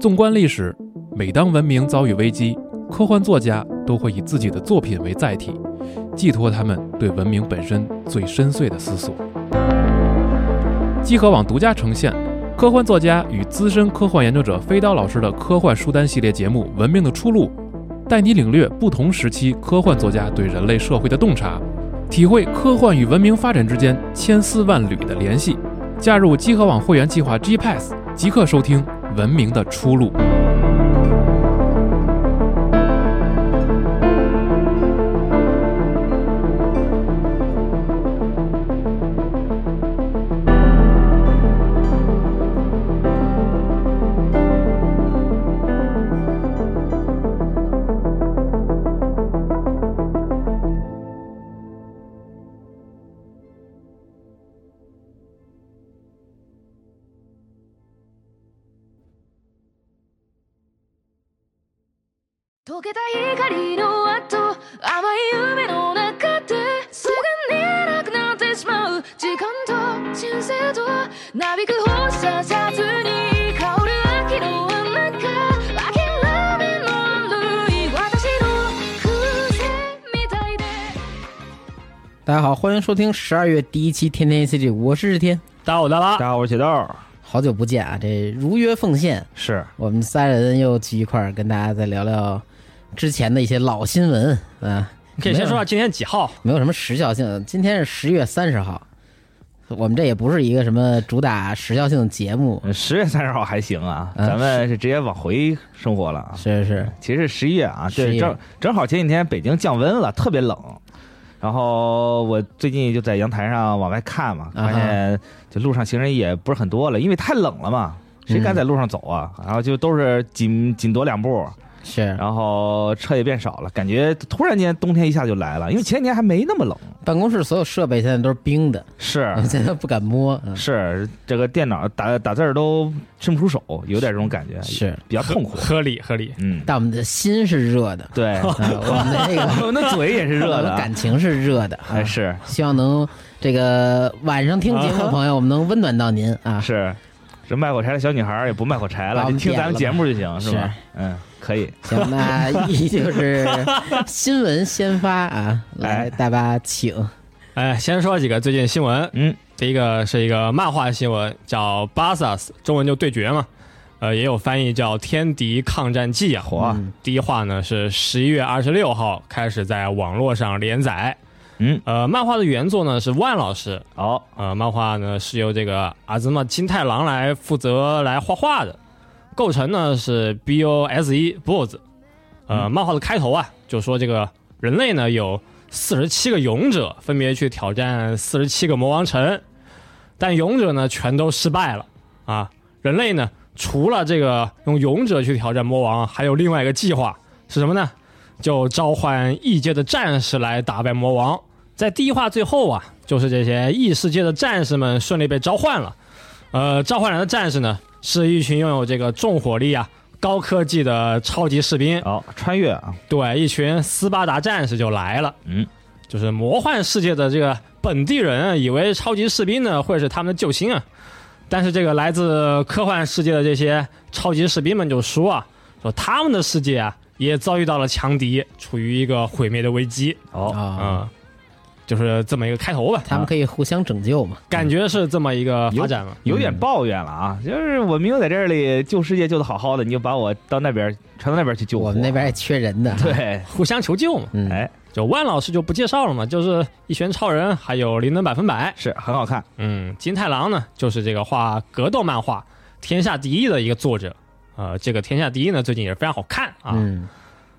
纵观历史，每当文明遭遇危机，科幻作家都会以自己的作品为载体，寄托他们对文明本身最深邃的思索。集合网独家呈现科幻作家与资深科幻研究者飞刀老师的科幻书单系列节目《文明的出路》，带你领略不同时期科幻作家对人类社会的洞察，体会科幻与文明发展之间千丝万缕的联系。加入集合网会员计划 G Pass，即刻收听《文明的出路》。溶けた光の後甘い夢の中ですぐになくなってしまう時間と人生となびく放射シャツに香る秋の中諦めの類私の癖みたいで大家好，欢迎收听十二月第一期《天天 ACG》，我是日天，大家好，我大 大拉家好，我是铁豆，好久不见啊！这如约奉献，是我们仨人又聚一块儿，跟大家再聊聊之前的一些老新闻啊。你可以先说说今天几号？没有什么时效性。今天是十月三十号，我们这也不是一个什么主打时效性的节目，嗯十月三十号还行啊，嗯咱们是直接往回生活了啊。是是，其实十一月啊， 11对，月正正好前几天北京降温了，特别冷。然后我最近就在阳台上往外看嘛，啊哈发现就路上行人也不是很多了，因为太冷了嘛，谁嗯敢在路上走啊？然后就都是紧紧踱两步，是然后车也变少了，感觉突然间冬天一下就来了，因为前几年还没那么冷。嗯办公室所有设备现在都是冰的，是我们现在不敢摸。嗯是，这个电脑打打字儿都伸不出手，有点这种感觉，是，比较痛苦。合理合理。嗯，但我们的心是热的，对，啊，我们的这个我们的嘴也 是热我的 们啊，感情是热的啊哎，是希望能这个晚上听节目的朋友，我们能温暖到您啊！ 是，这卖火柴的小女孩儿也不卖火柴把我了，们就听咱们节点了目就行，是是吧？嗯，可以，行，那依旧是新闻先发啊，来哎大巴请哎，先说几个最近新闻。嗯，第一个是一个漫画新闻，叫《巴萨斯》，中文就对决嘛，呃，也有翻译叫《天敌抗战记》啊。火，嗯第一话呢是十一月二十六号开始在网络上连载。嗯，呃，漫画的原作呢是万老师，好，呃，漫画呢是由这个阿兹玛金太郎来负责来画画的，构成呢是 B O S E BOSS。呃，漫画的开头啊，就说这个人类呢有四十七个勇者，分别去挑战四十七个魔王城，但勇者呢全都失败了啊。人类呢除了这个用勇者去挑战魔王，还有另外一个计划是什么呢？就召唤异界的战士来打败魔王。在第一话最后啊，就是这些异世界的战士们顺利被召唤了。呃，召唤来的战士呢，是一群拥有这个重火力啊、高科技的超级士兵。好，穿越啊，对，一群斯巴达战士就来了。嗯，就是魔幻世界的这个本地人以为超级士兵呢会是他们的救星啊，但是这个来自科幻世界的这些超级士兵们就说啊，说他们的世界啊也遭遇到了强敌，处于一个毁灭的危机。好，啊，嗯，就是这么一个开头吧，他们可以互相拯救嘛？感觉是这么一个发展嘛。有点抱怨了啊，就是我明明在这里救世界救的好好的，你就把我到那边儿传到那边儿去救啊我们那边也缺人的，啊对，互相求救嘛，嗯，哎，就万老师就不介绍了嘛，就是一拳超人，还有灵能百分百，是很好看，嗯，金太郎呢，就是这个画格斗漫画天下第一的一个作者，呃，这个天下第一呢，最近也是非常好看啊，嗯，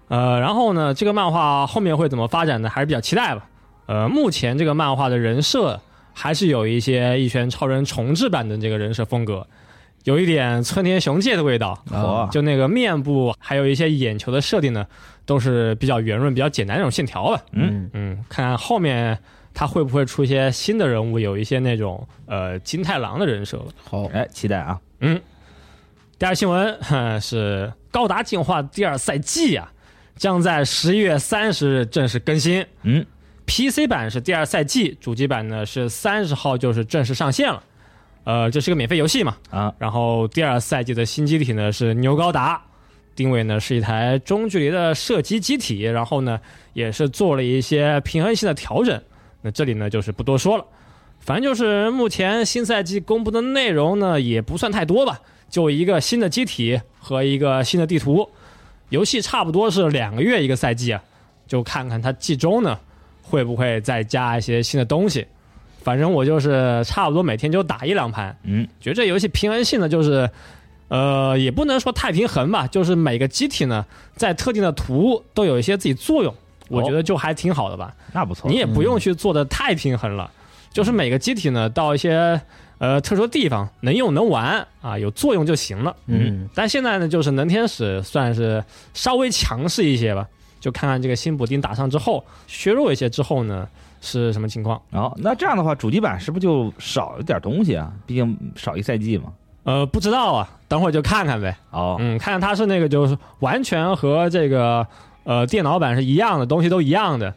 呃，然后呢，这个漫画后面会怎么发展呢？还是比较期待吧。呃，目前这个漫画的人设还是有一些一拳超人重置版的这个人设风格，呃有一点村田雄介的味道。火，啊就那个面部 还有一些眼球的设定呢，都是比较圆润、比较简单那种线条吧。嗯嗯嗯，看后面他会不会出一些新的人物，有一些那种呃金太郎的人设了。好，哎，期待啊，嗯，第二新闻哼是《高达进化》第二赛季啊，将在十一月三十日正式更新。嗯， PC 版是第二赛季，主机版呢是三十号就是正式上线了。呃，这是个免费游戏嘛。啊，然后第二赛季的新机体呢是牛高达，定位呢是一台中距离的射击机体，然后呢也是做了一些平衡性的调整。那这里呢就是不多说了，反正就是目前新赛季公布的内容呢也不算太多吧，就一个新的机体和一个新的地图。游戏差不多是两个月一个赛季啊，就看看它季中呢会不会再加一些新的东西。反正我就是差不多每天就打一两盘，嗯，觉得这游戏平衡性呢，就是，呃，也不能说太平衡吧，就是每个机体呢，在特定的图都有一些自己作用，我觉得就还挺好的吧。那不错。你也不用去做的太平衡了，就是每个机体呢，到一些呃特殊地方能用能玩啊，有作用就行了。嗯，但现在呢，就是能天使算是稍微强势一些吧，就看看这个辛补丁打上之后削弱一些之后呢，是什么情况。然后那这样的话，主机版是不是就少一点东西啊？毕竟少一赛季嘛。呃，不知道啊，等会儿就看看呗。哦，嗯，看看它是那个就是完全和这个呃电脑版是一样的，东西都一样的，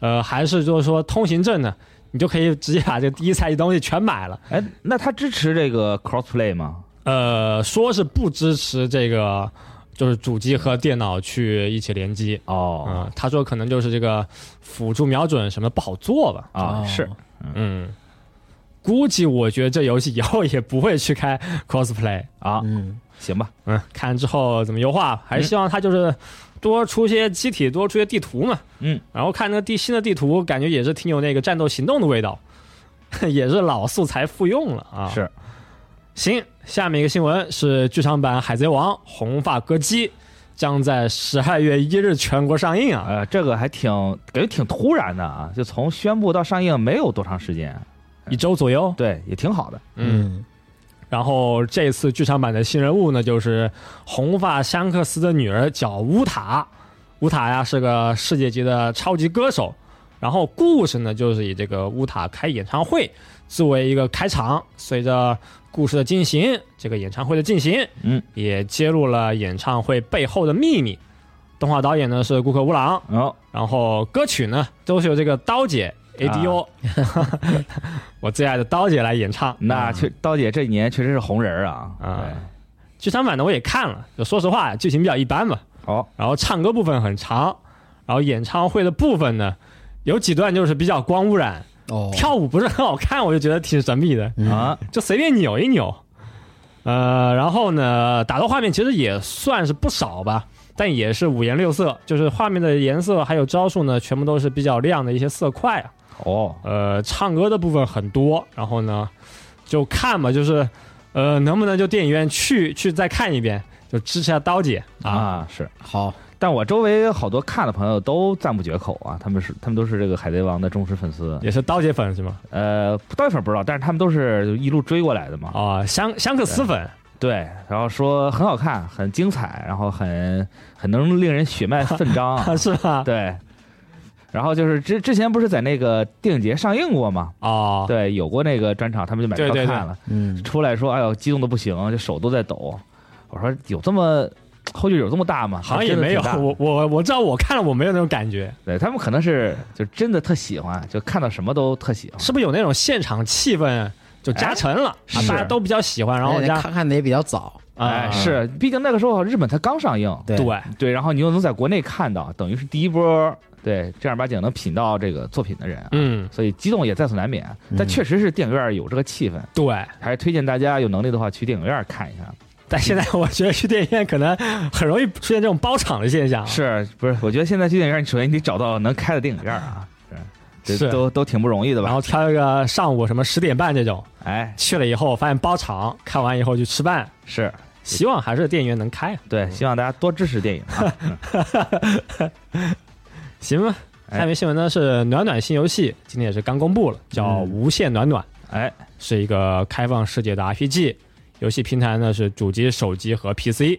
呃，还是就是说通行证呢，你就可以直接把这第一赛季东西全买了。哎，那它支持这个 crossplay 吗？呃，说是不支持这个就是主机和电脑去一起联机。哦，嗯，他说可能就是这个辅助瞄准什么不好做吧。哦啊是，嗯，估计我觉得这游戏以后也不会去开 cosplay。啊，嗯，行吧，嗯，看之后怎么优化，还是希望它就是多出些机体，多出些地图嘛。嗯，然后看那个地新的地图，感觉也是挺有那个战斗行动的味道， 也是老素材复用了啊。是，行，下面一个新闻是剧场版《海贼王：红发歌姬》将在十二月一日全国上映啊。呃，这个还挺感觉挺突然的啊，就从宣布到上映没有多长时间，一周左右，对，也挺好的。嗯，然后这次剧场版的新人物呢，就是红发香克斯的女儿叫乌塔。乌塔呀是个世界级的超级歌手。然后故事呢，就是以这个乌塔开演唱会作为一个开场，随着故事的进行，这个演唱会的进行，嗯，也揭露了演唱会背后的秘密。动画导演呢是顾客乌朗，哦，然后歌曲呢都是由这个刀姐 ADO，、我 最爱的刀姐来演唱。那确嗯刀姐这一年确实是红人儿啊。啊对，剧场版的我也看了，就说实话，剧情比较一般吧。好，然后唱歌部分很长，然后演唱会的部分呢，有几段就是比较光污染，哦，跳舞不是很好看，我就觉得挺神秘的，嗯 啊，就随便扭一扭。呃，然后呢，打斗画面其实也算是不少吧，但也是五颜六色，就是画面的颜色还有招数呢，全部都是比较亮的一些色块啊。哦，呃，唱歌的部分很多，然后呢，就看吧，就是，呃，能不能就电影院去去再看一遍，就支持下刀姐啊。啊是。好，但我周围好多看的朋友都赞不绝口啊，他们是他们都是这个海贼王的忠实粉丝，也是刀姐粉是吗？呃，刀粉不知道，但是他们都是就一路追过来的嘛。啊、香香克斯粉，对，然后说很好看，很精彩，然后很很能令人血脉奋 张啊、啊是吧？对，然后就是之之前不是在那个电影节上映过嘛？哦，对，有过那个专场，他们就买票对对对看了，嗯，出来说哎呦激动的不行，这手都在抖。我说有这么后劲有这么大吗？好像也没有，真的挺大我我我知道，我看了我没有那种感觉，对他们可能是就真的特喜欢，就看到什么都特喜欢。是不是有那种现场气氛就加成了，啊是大家都比较喜欢，然后哎加看看的也比较早，啊、哎，是，毕竟那个时候日本才刚上映，对，对，对，然后你又能在国内看到，等于是第一波，对，正儿八经能品到这个作品的人啊，嗯，所以激动也在所难免。但嗯确实是电影院有这个气氛，对。还是推荐大家有能力的话去电影院看一下。但现在我觉得去电影院可能很容易出现这种包场的现象啊，是不是？我觉得现在去电影院，首先你得找到能开的电影院啊，是是，这都都挺不容易的然吧？后挑一个上午什么十点半这种，哎，去了以后发现包场，看完以后去吃饭，是希望还是电影院能开，啊对，希望大家多支持电影 啊。行吧。哎下面新闻呢是暖暖新游戏，今天也是刚公布了，叫《嗯无限暖暖》，哎，是一个开放世界的 RPG，游戏平台呢是主机、手机和 PC，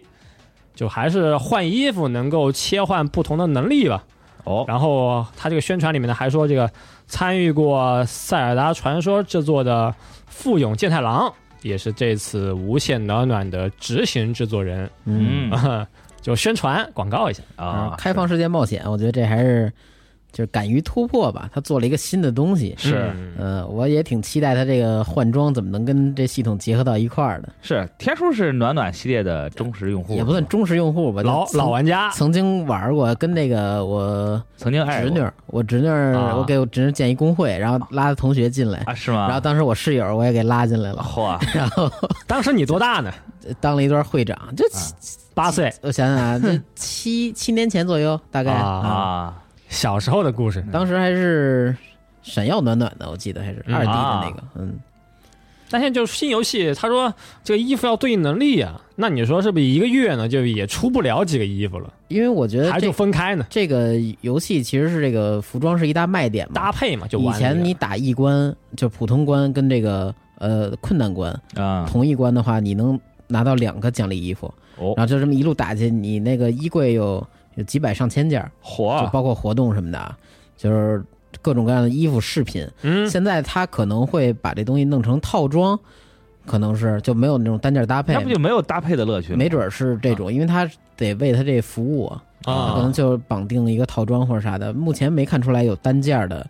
就还是换衣服能够切换不同的能力吧。哦，然后他这个宣传里面呢还说，这个参与过《塞尔达传说》制作的富永健太郎，也是这次《无限暖暖》的执行制作人。嗯 就宣传广告一下。啊，开放世界冒险，我觉得这还是就是敢于突破吧，他做了一个新的东西。是嗯呃，我也挺期待他这个换装怎么能跟这系统结合到一块儿的，是，天叔是暖暖系列的忠实用户，也不算忠实用户吧，老曾老玩家，曾经玩过，跟那个我曾经爱侄过女儿，我侄女儿，啊我给我侄女儿建一工会，然后拉同学进来，啊，哦是吗？然后当时我室友我也给拉进来了，嚯，然后当时你多大呢？当了一段会长，就七八岁，我想想啊，这七七年前左右大概啊啊，小时候的故事。当时还是闪耀暖暖的，我记得还是嗯二 D 啊的那个，嗯，但现在就是新游戏，他说这个衣服要对应能力啊，那你说是不是一个月呢就也出不了几个衣服了，因为我觉得还就这分开呢，这个游戏其实是这个服装是一大卖点搭嘛，配嘛就以完了。前你打一关就普通关跟这个呃困难关啊，同一关的话，你能拿到两个奖励衣服，哦，然后就这么一路打进，你那个衣柜有有几百上千件儿，就火，包括活动什么的，啊，就是各种各样的衣服饰品。嗯现在他可能会把这东西弄成套装，可能是就没有那种单件搭配那，不就没有搭配的乐趣了吗？没准儿是这种，因为他得为他这服务啊，他可啊能就绑定一个套装或者啥的。目前没看出来有单件儿的。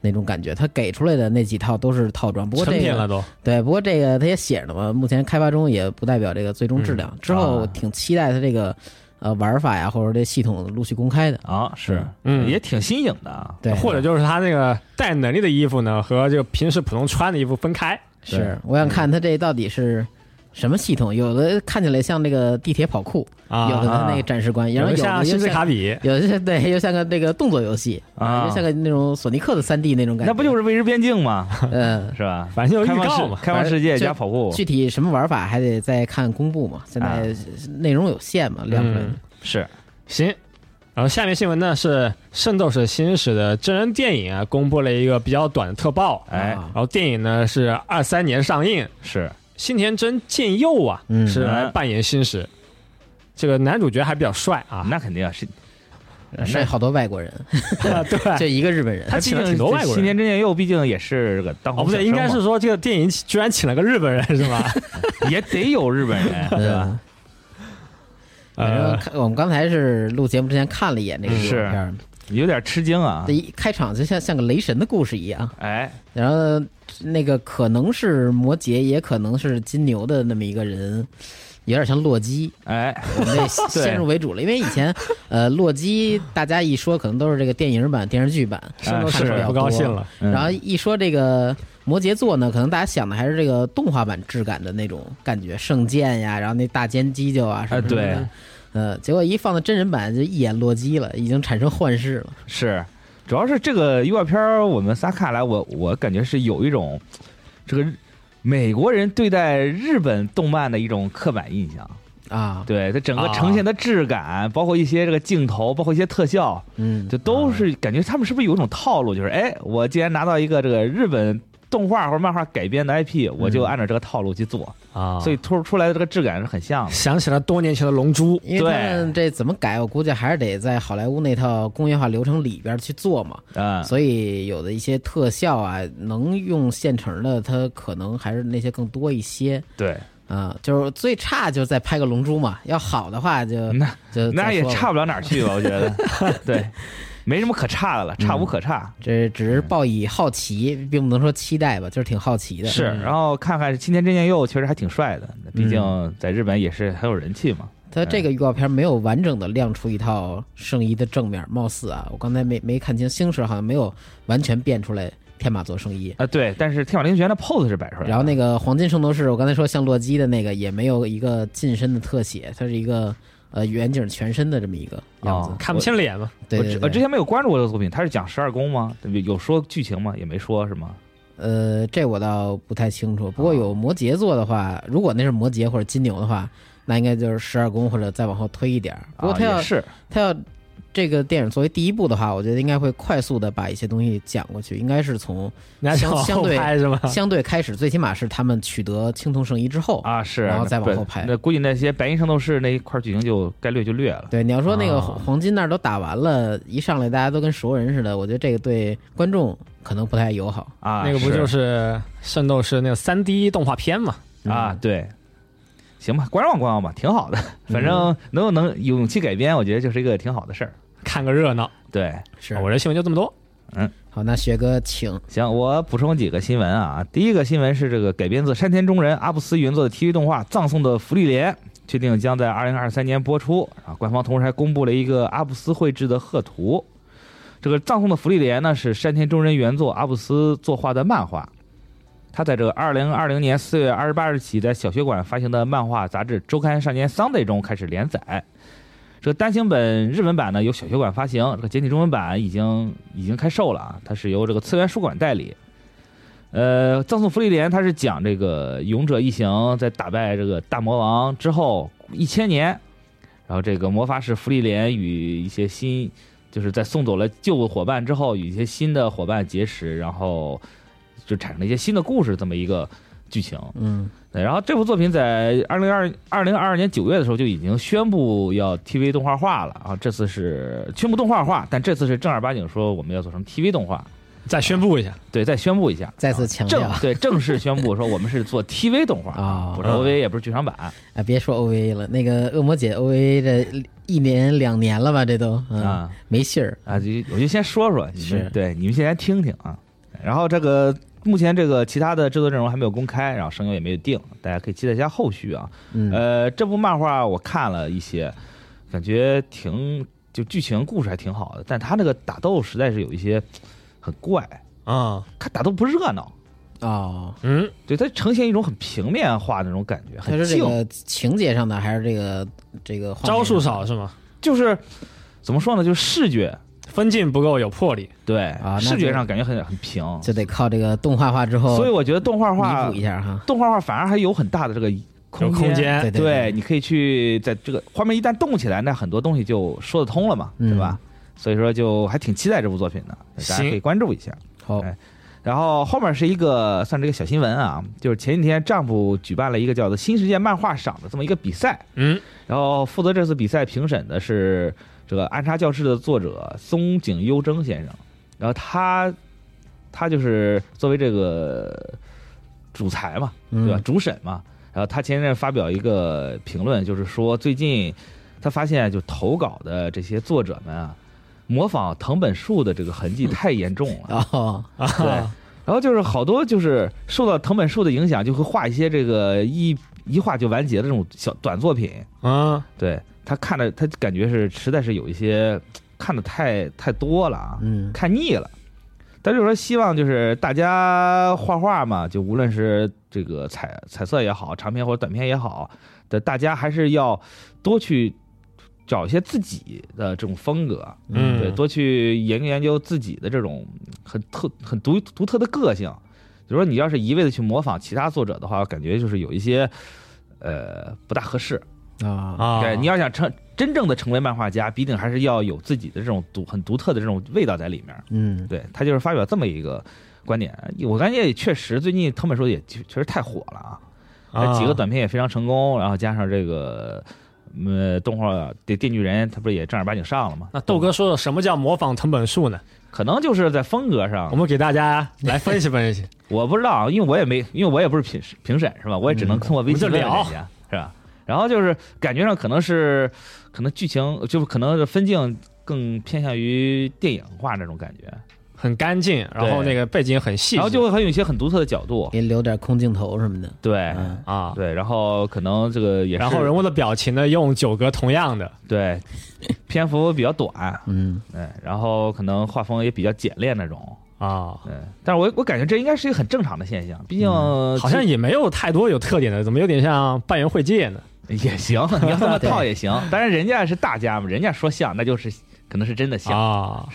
那种感觉，他给出来的那几套都是套装，不过成这品个了都，对，不过这个它也写着呢嘛，目前开发中也不代表这个最终质嗯量。之啊后我挺期待它这个呃玩法呀，或者这系统陆续公开的。啊，是，嗯哎也挺新颖的啊。对，或者就是他那个带能力的衣服呢，和这个平时普通穿的衣服分开。是我想嗯看它这到底是什么系统，有的看起来像那个地铁跑酷，啊有的它那个展示官，然后有有的的像又星之卡像比，有的对，又像个那个动作游戏啊又像个那种索尼克的三 D 那种感觉。那不就是未知边境吗？ 嗯。是吧？反正有开预放告世嘛。开放世界加跑酷具体什么玩法还得再看公布嘛，现在内容有限嘛，亮出来的。啊嗯是行，然后下面新闻呢是《圣斗士星矢》的真人电影啊，公布了一个比较短的特报。哎啊然后电影呢是二三年上映，是新田真剑佑啊、嗯是来扮演星矢，这个男主角还比较帅啊，那肯定啊是，哎是好多外国人，就 对，一个日本人。 他请了挺多外国人。新田真剑佑毕竟也是个当哦，红不小对，生应嘛，该是说这个电影居然请了个日本人是 吗？也得有日 本人，对吧？嗯，反正呃，看我们刚才是录节目之前看了一眼这个是预告片儿，有点吃惊啊这。一开场就像像个雷神的故事一样，哎，然后那个可能是摩羯，也可能是金牛的那么一个人，有点像洛 基，哎，我们得先入为主了，因为以前呃洛基大家一说可能都是这个电影版、电视剧版，圣斗士看得比较啊不高多兴了。嗯然后一说这个摩羯座呢，可能大家想的还是这个动画版质感的那种感觉，圣剑呀，然后那大尖犄角啊什哎么什么的。对嗯呃，结果一放到真人版就一眼落机了，已经产生幻视了。是，主要是这个预告片儿，我们仨看来，我我感觉是有一种这个日美国人对待日本动漫的一种刻板印象。啊，对它整个啊呈现的质感，包括一些这个镜头，包括一些特效，嗯，就都是感觉他们是不是有一种套路，就是哎，我既然拿到一个这个日本动画或者漫画改编的 IP，我就按照这个套路去做，啊，所以突出来的这个质感是很像的。想起了多年前的《龙珠》，因为他们这怎么改，我估计还是得在好莱坞那套工业化流程里边去做嘛。嗯，所以有的一些特效啊，能用现成的，它可能还是那些更多一些。对，啊、就是最差就再拍个龙珠嘛，要好的话就那就那再也说吧差不了哪儿去吧，我 觉得，对，没什么可差的了，差无可差。这只嗯是抱以好奇，并不能说期待吧，就是挺好奇的。嗯是，然后看看青田真剑佑，确实还挺帅的，毕竟在日本也是很有人气嘛。他这个预告片没有完整的亮出一套圣衣的正面，貌似啊，我刚才没没看清，星矢好像没有完全变出来天马座圣衣。啊，对，但是天马灵泉的 pose 是啊摆出来的，然后那个黄金圣斗士，我刚才说像洛基的那个也没有一个近身的特写，它是一个呃远景全身的这么一个样子。哦看不清脸嘛。对我对之对我之前没有关注过这个作品，它是讲十二宫吗？有有说剧情吗？也没说是吗？呃，这我倒不太清楚。不过哦有摩羯座的话，如果那是摩羯或者金牛的话，那应该就是十二宫或者再往后推一点儿。不过啊他要、也是他要这个电影作为第一部的话，我觉得应该会快速的把一些东西讲过去，应该是从你还想相往相后对拍是吗？相对开始，最起码是他们取得青铜圣衣之后。啊，是，哦然后再往那后拍那估计那些白银圣斗士那一块剧情就该略就略了。对，你要说那个啊黄黄金那儿都打完了，一上来大家都跟熟人似的，我觉得这个对观众可能不太友好。啊，那个不是就是圣斗士那个三 D 动画片嘛？啊？嗯对，行吧，观望观望吧，挺好的。反正能有能有勇气改编，我觉得就是一个挺好的事儿。看个热闹。对，是啊我这新闻就这么多。好，那学哥请，行，我补充几个新闻啊。第一个新闻是这个改编自山田中人、阿布斯原作的 TV 动画《葬送的芙莉莲》，确定将在二零二三年播出。啊，官方同时还公布了一个阿布斯绘制的贺图。这个《葬送的芙莉莲》呢，是山田中人原作、阿布斯作画的漫画。他在这个二零二零年四月二十八日起，在小学馆发行的漫画杂志《周刊少年 Sunday》中开始连载。这个单行本日文版呢由小学馆发行，这个简体中文版已经已经开售了啊，它是由这个次元书馆代理。呃，葬送芙莉莲它是讲这个勇者一行在打败这个大魔王之后一千年，然后这个魔法使芙莉莲与一些新就是在送走了旧伙伴之后，与一些新的伙伴结识，然后就产生了一些新的故事这么一个剧情。嗯，对，然后这部作品在二零二二零二二年九月的时候就已经宣布要 TV 动画化了啊，这次是宣布动画化，但这次是正儿八经说我们要做成 TV 动画，再宣布一下，对，再宣布一下，再次强正调，对正式宣布说我们是做 TV 动画啊不是 OV 也不是剧场版啊，别说 OVA 了，那个恶魔姐 OVA 这一年两年了吧，这都嗯啊没信儿，啊，就我就先说说，你是们对你们先来听听啊，然后这个目前这个其他的制作阵容还没有公开，然后声优也没有定，大家可以期待一下后续啊，嗯，呃，这部漫画我看了一些，感觉挺就剧情故事还挺好的，但他那个打斗实在是有一些很怪，啊，他打斗不热闹，哦，嗯，对他呈现一种很平面化的那种感觉，他很是这静，个情节上的，还是这个这个画面招数上少是吗？就是怎么说呢，就是视觉分镜不够有魄力，对、啊那视觉就上感觉很很平，的就得靠这个动画化之后，所以我觉得动画弥化补一下哈，动画化反而还有很大的这个有空空间。对间对你可以去在这个画面一旦动起来，那很多东西就说得通了嘛，对吧？所以说就还挺期待这部作品的，大家可以行关注一下。好，哎然后后面是一个算是一个小新闻啊，就是前几天丈夫举办了一个叫做“新世界漫画赏”的这么一个比赛，嗯，然后负责这次比赛评审的是这个《暗杀教室》的作者松井优征先生，然后他他就是作为这个主裁嘛，对吧嗯？主审嘛。然后他前一阵发表一个评论，就是说最近他发现，就投稿的这些作者们啊，模仿藤本树的这个痕迹嗯太严重了。哦，对，然后就是好多就是受到藤本树的影响，就会画一些这个一一画就完结的这种小短作品。嗯，对他看着他感觉是实在是有一些看的太太多了啊，嗯看腻了。但就是说，希望就是大家画画嘛，就无论是这个彩彩色也好，长篇或者短篇也好，的大家还是要多去找一些自己的这种风格，嗯对，多去研究研究自己的这种很特、很独独特的个性。比如说，你要是一味的去模仿其他作者的话，感觉就是有一些呃不大合适。啊，啊，对，你要想成真正的成为漫画家，必定还是要有自己的这种独很独特的这种味道在里面。嗯，对他就是发表这么一个观点，我感觉也确实最近藤本树也确确实太火了啊，啊几个短片也非常成功，然后加上这个呃动画《电电锯人》，他不是也正儿八经上了吗？那豆哥说说什么叫模仿藤本树呢？可能就是在风格上我，们给大家来分析分析。我不知道啊，因为我也没，因为我也不是评评审是吧？我也只能通过微信嗯我们问就人聊家是吧？然后就是感觉上可能是，可能剧情就是可能是分镜更偏向于电影化那种感觉，很干净，然后那个背景很细致，然后就会很有一些很独特的角度，嗯给留点空镜头什么的，对嗯，啊，对，然后可能这个也是，然后人物的表情呢用九格同样的，对篇幅比较短，嗯，嗯，然后可能画风也比较简练那种，啊，嗯，但是我我感觉这应该是一个很正常的现象，毕竟嗯好像也没有太多有特点的，怎么有点像半圆会界呢？也 行，你要这么对套也行，但是人家是大家嘛，人家说像那就是可能是真的像。啊，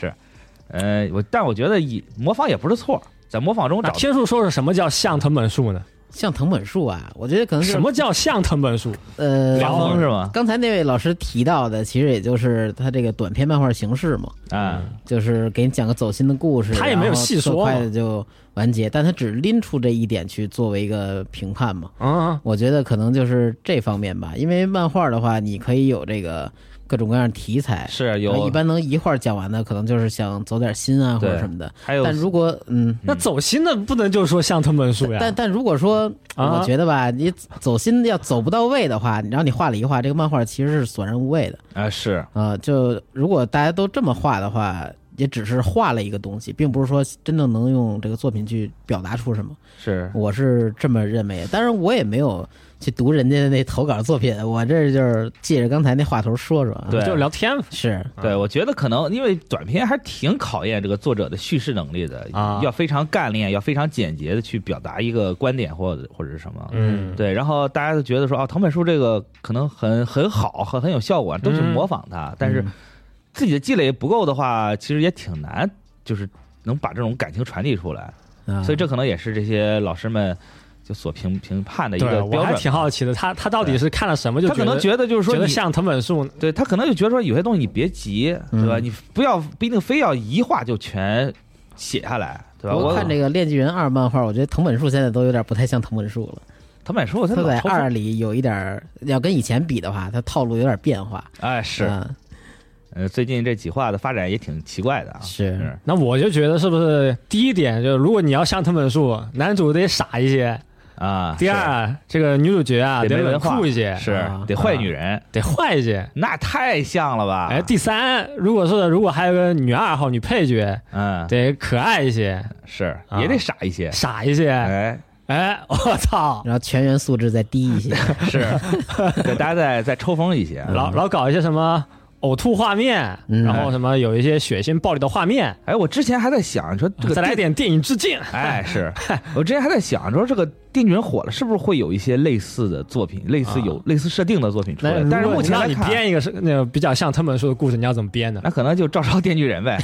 呃，我但我觉得以模仿也不是错，在模仿中那找天数说说什么叫像藤本树呢？像藤本树啊，我觉得可能就是什么叫像藤本树？呃，良会方儿是吗？刚才那位老师提到的，其实也就是他这个短篇漫画形式嘛，啊、就是给你讲个走心的故事，他也没有然后细说特嘛快的就完结，但他只拎出这一点去作为一个评判嘛。嗯，我觉得可能就是这方面吧，因为漫画的话，你可以有这个各种各样的题材。是然后有一，般能一块儿讲完的，可能就是想走点心啊或者对什么的。还有但如果嗯，那走心的不能就说像藤本树呀，但但如果说啊我觉得吧，你走心要走不到位的话，然后你画了一画，这个漫画其实是索然无味的啊是啊、就如果大家都这么画的话，也只是画了一个东西，并不是说真正能用这个作品去表达出什么。是我是这么认为的，当然我也没有去读人家的那投稿作品，我这就是借着刚才那话头说说啊。对就聊天嘛是对，我觉得可能因为短片还挺考验这个作者的叙事能力的，啊要非常干练，要非常简洁的去表达一个观点或者或者是什么。嗯，对，然后大家都觉得说啊，藤本树这个可能很很好，很很有效果，都去模仿他。嗯但是自己的积累不够的话，其实也挺难，就是能把这种感情传递出来。嗯啊，所以这可能也是这些老师们就所评评判的一对，个我标还准。挺好奇的，他他到底是看了什么就他可能觉觉得就是说觉得你像藤本树对他可能就觉得说有些东西你别急，对吧？嗯你不要不一定非要一画就全写下来，对吧？我看这个《炼巨人二》漫画，我觉得藤本树现在都有点不太像藤本树了。藤本树他他老在抽二里有一点儿，要跟以前比的话，他套路有点变化。哎是，啊呃最近这几画的发展也挺奇怪的啊，是那我就觉得是不是第一点就是，如果你要像藤本树，男主得傻一些；啊。第二，这个女主角啊得得没冷文化酷一些，是啊得坏女人，得坏一些。那太像了吧？哎，第三，如果是如果还有个女二号女配角，嗯，得可爱一些，是啊也得傻一些，傻一些。哎，哎，我操，然后全员素质再低一些，哎 是，对，大家再再抽风一些。啊老老搞一些什么呕吐画面，嗯然后什么有一些血腥暴力的画面，哎，我之前还在想，你说这个再来电点电影致敬。哎，是 我之前还在想，说这个《电锯人》火了，是不是会有一些类似的作品，类似有、类似设定的作品出来？但是啊如果目你前让来你看，编一个是那个比较像藤本树的故事，你要怎么编 呢？那可能就照抄《电锯人》 呗，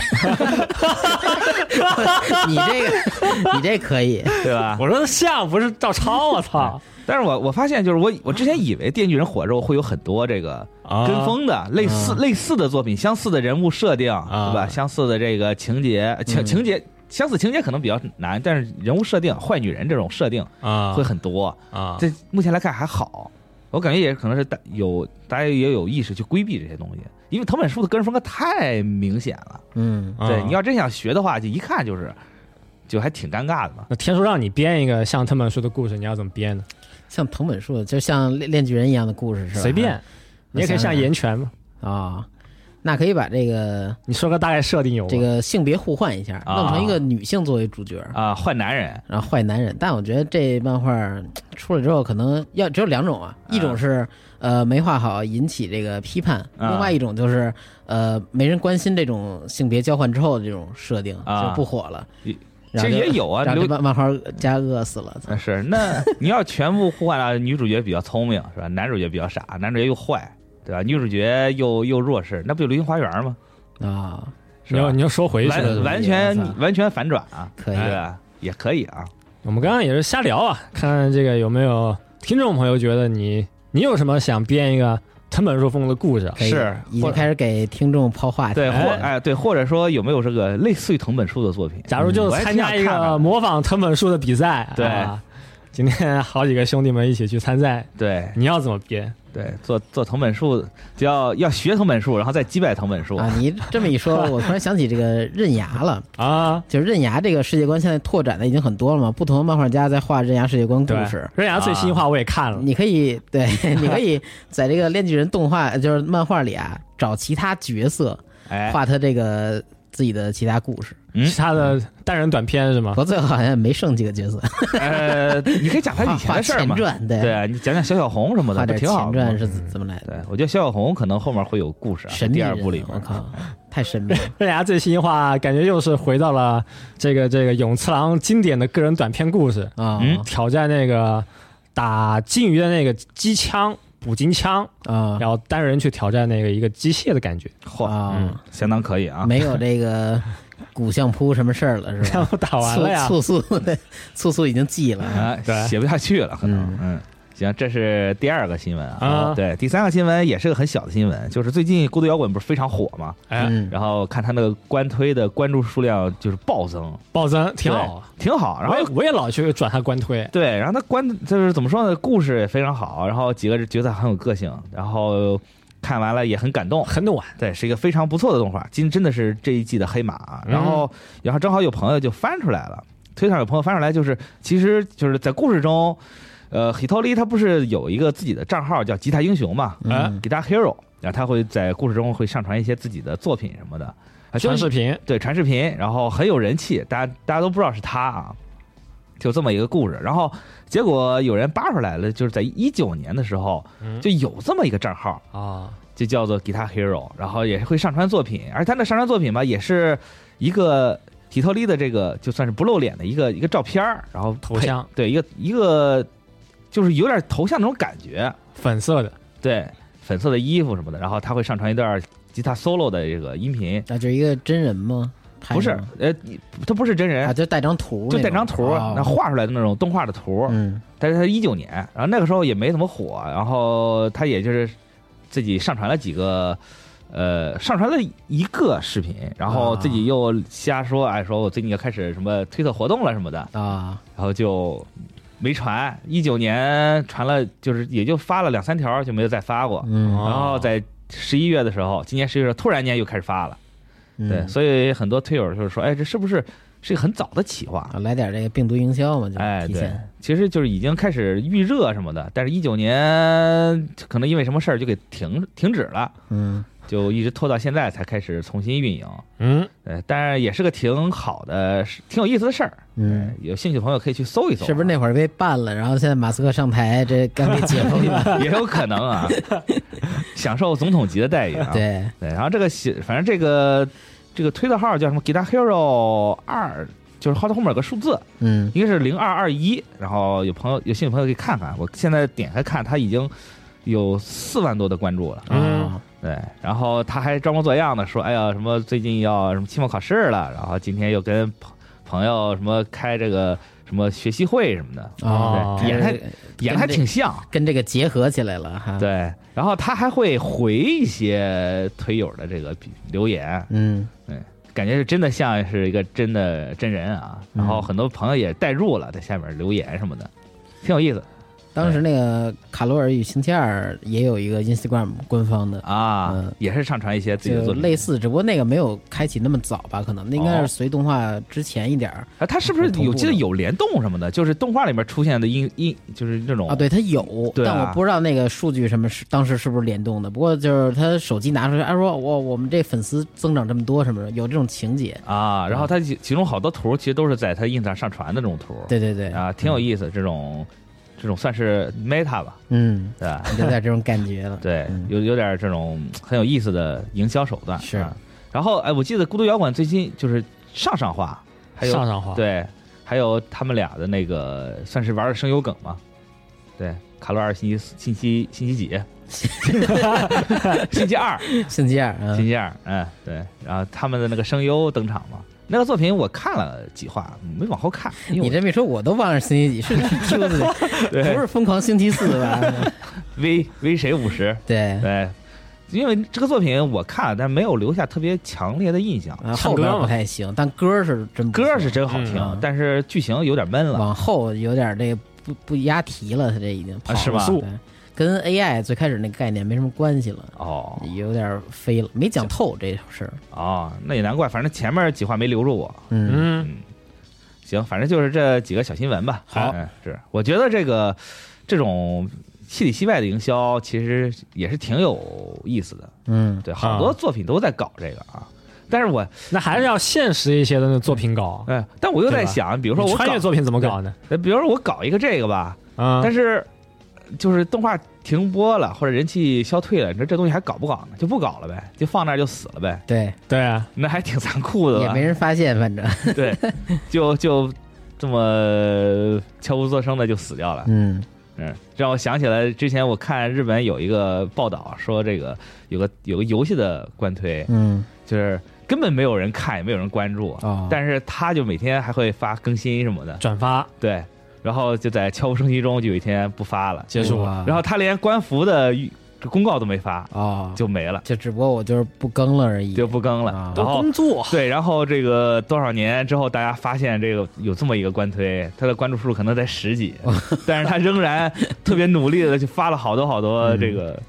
你这个你这可以，对吧？我说像不是照抄，啊我操！但是我我发现，就是我我之前以为《电锯人》火之后会有很多这个啊跟风的、类似、类似的作品，相似的人物设定，对吧？啊嗯相似的这个情节情情节。相似情节可能比较难，但是人物设定、坏女人这种设定啊会很多。啊，这目前来看还好，我感觉也可能是大有大家也有意识去规避这些东西，因为藤本树的个人风格太明显了。嗯，对，啊你要真想学的话，就一看就是，就还挺尴尬的嘛。那天叔让你编一个像藤本树的故事，你要怎么编呢？像藤本树就像炼炼巨人一样的故事是吧？随便，你也可以像岩泉嘛。啊、那可以把这个你说个大概设定有吗啊这个性别互换一下，啊弄成一个女性作为主角。啊，坏男人然后坏男人，但我觉得这漫画儿出来之后，可能要只有两种啊，啊一种是呃没画好引起这个批判，啊另外一种就是呃没人关心这种性别交换之后的这种设定啊就不火了也。然后这就也有啊让这刘漫漫画儿家饿死了。啊是那你要全部互换了，女主角比较聪明是吧？男主角比较傻，男主角又坏，对吧？女主角又又弱势，那不就《流星花园》吗？啊，是你吧要你要说回去是完了。的完全我操完全反转啊，可以对吧？也可以啊。我们刚刚也是瞎聊啊，看这个有没有听众朋友觉得你你有什么想编一个藤本树风的故事？啊可以是已或经者开始给听众抛话题 对，了。或哎哎对，或者说有没有这个类似于藤本树的作品？假如就嗯我是也参挺想加一看看个的模仿藤本树的比赛，对啊今天好几个兄弟们一起去参赛，对你要怎么编？对，做做藤本树就要要学藤本树，然后再击败藤本树。啊，你这么一说，我突然想起这个刃牙了。啊，就是刃牙这个世界观现在拓展的已经很多了嘛，不同的漫画家在画刃牙世界观故对事。，刃牙最新一话我也看啊嗯了，你可以对， 你可以在这个《炼巨人》动画 就是漫画里啊，找其他角色哎，画他这个自己的其他故事。嗯其他的单人短片是吗。啊不？过最后好像没剩几个角色，呃，你可以讲他以前画的事儿前嘛？传对，对，你讲讲小小红什么画的，点不挺好前的传吗。是怎怎么来的？对，我觉得小小红可能后面会有故事啊，在神秘第人二啊，部里面我。靠，太神 秘嗯了刃牙最新一话，感觉又是回到了这个这个永次郎经典的个人短篇故事，啊嗯挑战那个打鲸鱼的那个机枪捕鲸枪，啊嗯然后单人去挑战那个一个机械的感觉，嚯，嗯啊！相当可以啊。没有这个古相扑什么事儿了 嗯是然吧？ 后打完了呀，醋醋醋醋醋已经记了啊啊对，写不下去了，可能嗯嗯。行，这是第二个新闻啊啊。对，第三个新闻也是个很小的新闻，就是最近孤独摇滚不是非常火嘛，哎，嗯然后看他那个官推的关注数量就是暴增，暴增挺好啊。挺好。然我后也我也老去转他官推，对，然后他关就是怎么说呢，故事也非常好，然后几个角色很有个性，然后看完了也很感动。很暖，对，是一个非常不错的动画，今真的是这一季的黑马啊。然嗯后，然后正好有朋友就翻出来了，推特上有朋友翻出来，就是其实就是在故事中，呃，Hitori 他不是有一个自己的账号叫吉他英雄嘛嗯，Guitar Hero，然后他会在故事中会上传一些自己的作品什么的，啊传就是视频，对，传视频，然后很有人气，大家大家都不知道是他啊，就这么一个故事。然后结果有人扒出来了，就是在一九年的时候嗯就有这么一个账号，啊，就叫做 Guitar Hero，然后也是会上传作品，而他的上传作品吧，也是一个提托利的这个就算是不露脸的一个一个照片儿然后头配像对一个一个就是有点头像那种感觉，粉色的，对粉色的衣服什么的，然后他会上传一段吉他 solo 的这个音频，那就是一个真人吗？拍不是吗哎呃他不是真人啊，，就带张图那种，就带张图儿，哦然后画出来的那种动画的图儿。嗯但是他一九年，然后那个时候也没怎么火，然后他也就是自己上传了几个，呃，上传了一个视频，然后自啊己又瞎说，哎，说我最近要开始什么推特活动了什么的，啊，然后就没传。一九年传了，就是也就发了两三条，就没有再发过。嗯然后在十一月的时候，今年十一月的时候突然间又开始发了，嗯对，所以很多推友就是说，哎，这是不是是一个很早的企划？啊来点这个病毒营销嘛，就哎，提对前，其实就是已经开始预热什么的，但是一九年可能因为什么事儿就给停停止了，嗯就一直拖到现在才开始重新运营。嗯，呃，但是也是个挺好的、挺有意思的事儿。嗯呃，有兴趣的朋友可以去搜一搜啊，是不是那会儿被办了？然后现在马斯克上台，这刚给 啊解封了，也有可 能啊？享受总统级的待遇啊！对，对，然后这个写，反正这个这个推特号叫什么 “Guitar Hero 二”，就是号头后面有个数字，嗯应该是零二二一，然后有朋友有兴趣的朋友可以看看，我现在点开看，他已经有四万多的关注了，嗯啊对，然后他还装模作样的说，哎呀，什么最近要什么期末考试了，然后今天又跟朋朋友什么开这个什么学习会什么的，哦对，演的还演的还挺像，跟这个嗯结合起来了哈，，对，然后他还会回一些推友的这个留言，嗯感觉是真的像是一个真的真人啊，然后嗯很多朋友也代入了，在下面留言什么的，挺有意思当时那个卡罗尔与星期二也有一个 Instagram 官方的，啊，嗯也是上传一些自己的就作品。哦类似，只不过那个没有开启那么早吧，可能那应该是随动画之前一点儿啊，他是不是同步有的记得有联动什么的？就是动画里面出现的音音，就是那种啊。对，它有，哦对啊但我不知道那个数据什么是当时是不是联动的。不过就是他手机拿出来，哎说我我们这粉丝增长这么多什么的，有这种情节。啊，然后嗯他其其中好多图其实都是在他 ins 上上传的这种图，对嗯对对，啊，挺有意思。这种这种算是 meta 吧，嗯，对吧？有点这种感觉了。对嗯，有有点这种很有意思的营销手段是啊然后哎，我记得孤独摇滚最近就是上上话，还有上上啊画，对，还有他们俩的那个算是玩的声优梗嘛，对，卡罗尔星期四星期星 期几？星期二，星期二，星嗯期二，嗯，对，然后他们的那个声优登场嘛，那个作品我看了几话，没往后看，因为你我这么一说，我都忘了星期几是 Q 字， 对不是疯狂星期四 吧？微微谁 五十，对，对，因为这个作品我看了，但没有留下特别强烈的印象，啊，唱后歌边嘛不太行，但歌是真不错歌是真好听，嗯但是剧情有点闷了。往后有点这个不不押题了，他这已经跑了啊是吧对跟 AI 最开始那个概念没什么关系了，哦有点飞了，没讲透这事儿。哦，那也难怪，反正前面几话没留住我。嗯，嗯，行，反正就是这几个小新闻吧。好嗯，是我觉得这个这种戏里戏外的营销，其实也是挺有意思的。嗯，对，好啊多作品都在搞这个啊。但是我，那还是要现实一些的那作品搞，啊哎，但我又在对吧想，比如比说我搞穿越作品怎么搞呢？呃比如说我搞一个这个吧，啊，但是就是动画停播了或者人气消退了，你说这东西还搞不搞呢？就不搞了呗，就放那儿就死了呗，对，对啊，那还挺残酷的也吧没？人发现，反正， 对，就就这么悄无作声的就死掉了。嗯 嗯，让我想起来之前我看日本有一个报道说，这个有个有个游戏的官推，嗯，就是根本没有人看，也没有人关注，哦但是他就每天还会发更新什么的，转发对，然后就在悄无声息中就有一天不发了，结束了，哇然后他连官服的预公告都没发，哦，就没了，就只不过我就是不更了而已。就不更了啊，然后。作对，然后这个多少年之后，大家发现这个有这么一个官推，他的关注数可能在 十几，但是他仍然特别努力的去发了好多好多这个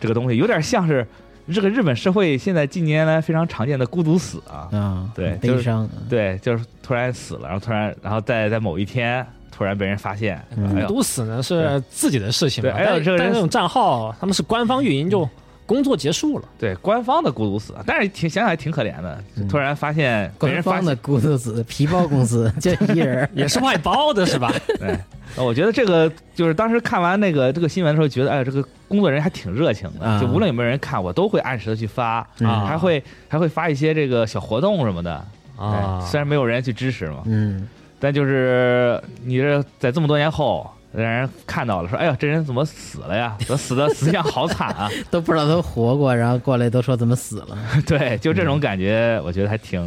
这个东西有点像是这个日本社会现在近年来非常常见的孤独死啊，啊，对很就悲是伤，对，就是突然死了，然后突然，然后在在某一天突然被人发现，嗯哎孤呦，独死呢是自己的事情嘛，对哎呦但这个人嗯但那种账号他们是官方运营，就工作结 束了，对，官方的孤独死，但是挺想想还挺可怜的，就突然发现被官人发方的现，孤独子 皮包公 司就一人，也是外包的是吧？对，呃我觉得这个就是当时看完那个这个新闻的时候，觉得哎，这个工作人员还挺热情的，啊就无论有没有人看，我都会按时的去发，嗯还会还会发一些这个小活动什么的，啊对，哎虽然没有人去支持嘛，嗯，但就是你这在这么多年后。让人看到了，说：“哎呀，这人怎么死了呀？怎么死的 死相好惨啊！”都不知道他活过，然后过来都说怎么死了，对，就这种感觉，我觉得还挺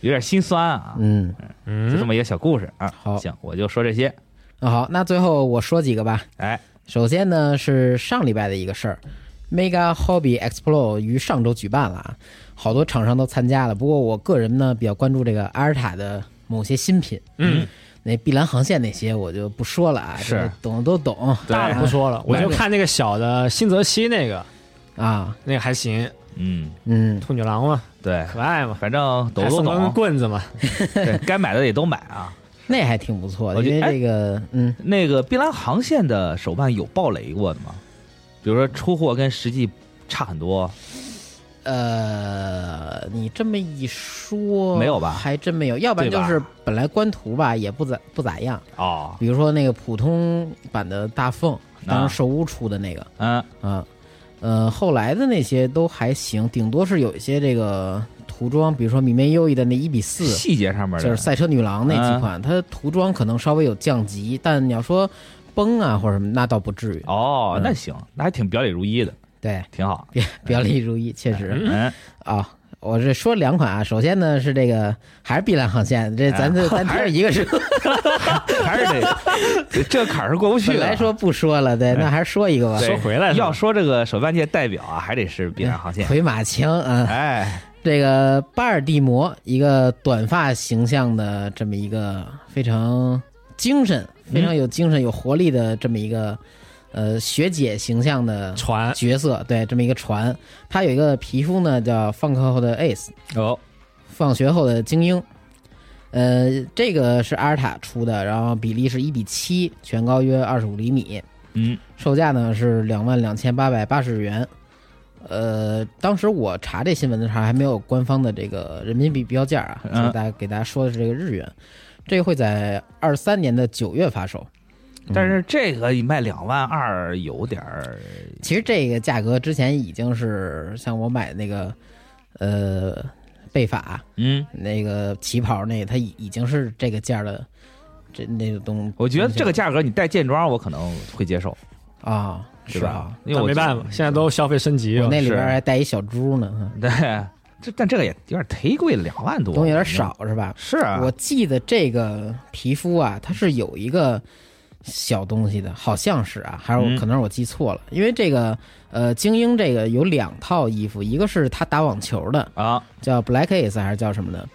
有点心酸啊。嗯，就嗯嗯这么一个小故事啊。好行，我就说这些。那嗯好，那最后我说几个吧。哎，首先呢是上礼拜的一个事儿，Mega Hobby Expo 于上周举办了啊，好多厂商都参加了。不过我个人呢比较关注这个阿尔塔的某些新品，嗯，那碧蓝航线那些我就不说了啊，是这个懂的都懂大的不说了，我就看那个小的新泽西那个，啊，那个还行，嗯，嗯，兔女郎嘛，对，可爱嘛，反正抖啊还都送根懂，棍子嘛，对， 该买的也都买啊。那还挺不错的，我觉因得为这个嗯那个碧蓝航线的手办有爆雷过的吗？比如说出货跟实际差很多，呃，你这么一说，没有吧还真没有，要不然对就吧是本来官图吧也不咋不咋样。哦，比如说那个普通版的大凤，当啊时兽屋出的那个嗯，啊，呃，后来的那些都还行，顶多是有一些这个涂装，比如说米面优衣的那一比四，细节上面的，啊就是赛车女郎那几款，它涂装可能稍微有降级，但你要说崩啊或者什么，那倒不至于。嗯哦，那行，那还挺表里如一的，对，挺好。表表里如一，确实。嗯，啊、我这说两款啊，首先呢是这个还是碧蓝航线，哎这咱 这咱还挑一个是还是 得这坎儿是过不去本的。来说不说了，对，那还是说一个吧。哎对说回来是吧要说这个手办界代表啊，还得是碧蓝 航线。回马枪啊，哎，这个巴尔的摩，一个短发形象的这么一个非常精神、非嗯常有精神、有活力的这么一个呃学姐形象的船角色，对，这么一个船，它有一个皮肤呢叫放课后的 Ace，哦，放学后的精英。呃，这个是阿尔塔出的，然后比例是一比七，全高约二十五厘米，嗯，售价呢是两万两千八百八十日元。呃，当时我查这新闻的时候还没有官方的这个人民币标价啊，嗯所以大家给大家说的是这个日元，这个会在二三年的九月发售。嗯但是这个卖两万二有点儿，其实这个价格之前已经是像我买那个呃贝法嗯，那个旗袍那个，它已已经是这个价的这那个东，我觉得这个东价格你带件装我可能会接受，西啊、对是吧吧？？因为那我没办法，现在都消费升级我了，那里是边还带一小猪呢， 对，这但这个也有点忒贵了，两万多，东西有点。少是吧？是啊，我记得这个皮肤啊，它是有一个小东西的，好像是啊，还是我嗯可能是我记错了，因为这个呃精英这个有两套衣服，一个是他打网球的，啊，叫 Black Ace 还是叫什么的，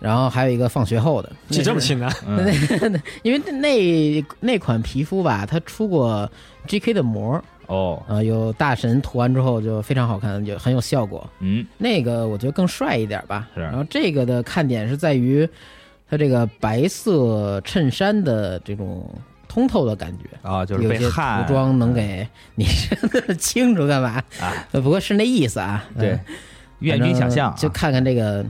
然后还有一个放学后的，记这么那是清呢？嗯因为那那款皮肤吧，它出过 GK 的膜，哦，呃，有大神涂完之后就非常好看，有很有效果。 嗯，那个我觉得更帅一点吧。是啊然后这个的看点是在于它这个白色衬衫的这种通透的感觉，啊，就是有被些汗嗯涂装能给你 清楚干嘛？啊，呃不过是那意思啊。嗯对，愿君想象啊反正就看看这个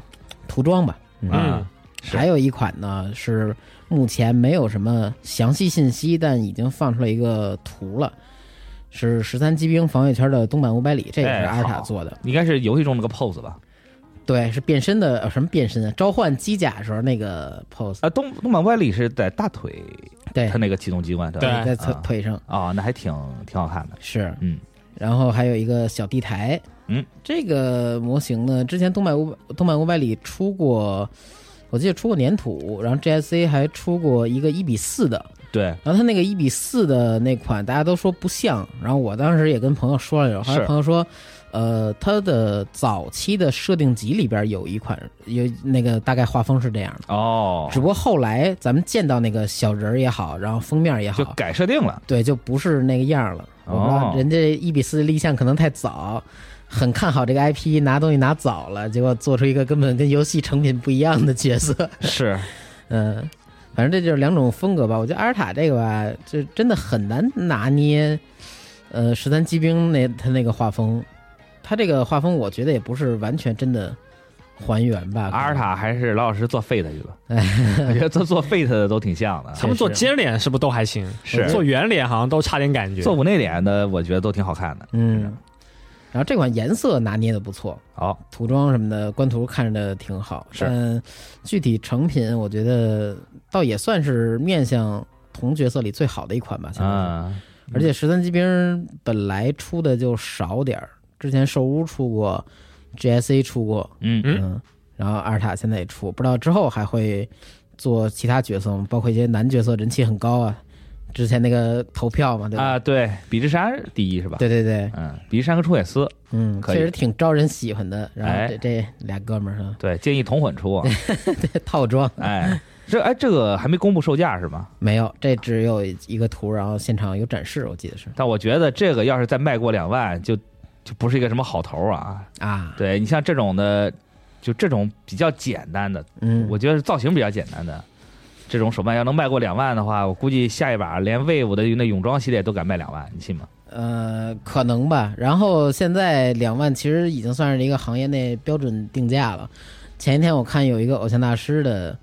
涂装吧。嗯啊，是还有一款呢，是目前没有什么详细信息，但已经放出了一个图了，是十三机兵防卫圈的东版五百里，这也哎是阿尔塔好做的，应该是游戏中那个 pose 吧？对，是变身的、呃什么变身啊？召唤机甲时候那个 pose，啊，东东坂外里是在大腿，对他，那个启动机关对吧？在对腿啊腿上啊，那还挺挺好看的，是，嗯，然后还有一个小地台，嗯，这个模型呢，之前东百五东百五百里出过，我记得出过粘土，然后 GSC 还出过一个一比四的，对，然后他那个一比四的那款，大家都说不像。然后我当时也跟朋友说了，后来是朋友说，呃，它的早期的设定集里边有一款有那个大概画风是这样的，哦，只不过后来咱们见到那个小人儿也好，然后封面也就好，改设定 了。对，就不是那个样了。我不知道哦人家一比四立项可能太早。很看好这个 IP，拿东西拿早了，结果做出一个根本跟游戏成品不一样的角色。是，嗯，反正这就是两种风格吧。我觉得阿尔塔这个吧，就真的很难拿捏。呃，十三骑兵那他那个画风，他这个画风我觉得也不是完全真的还原吧。阿尔塔还是老老实实做 Fate 去了。我觉得做做 Fate 的都挺像的，他们做尖脸是不是都还行？是做圆脸好像都差点感觉。做五内脸的，我觉得都挺好看的。嗯，然后这款颜色拿捏的不错，好，涂装什么的官图看着挺好，是但具体成品我觉得倒也算是面向同角色里最好的一款吧。现在是嗯，而且十三机兵本来出的就少点儿，之前兽屋出过，GSA 出过，嗯，嗯嗯，然后阿尔塔现在也出，不知道之后还会做其他角色吗？包括一些男角色人气很高啊，之前那个投票嘛，对吧？啊，对，比之山第一是吧？，对对对，嗯，比之山和冲野司，嗯，可以确实挺招人喜欢的。然后这、哎这俩哥们儿啊，对，建议同混出啊。 这套装哎，这哎，这个还没公布售价是吗？没有，这只有一个图，然后现场有展示，我记得是但我觉得这个要是再卖过两万，就就不是一个什么好头啊。啊，对你像这种的，就这种比较简单的，嗯，我觉得造型比较简单的。这种手办要能卖过两万的话，我估计下一把连 Wave 的那泳装系列都敢卖两万，你信吗？呃，可能吧。然后现在两万其实已经算是一个行业内标准定价了。前一天我看有一个偶像大师的，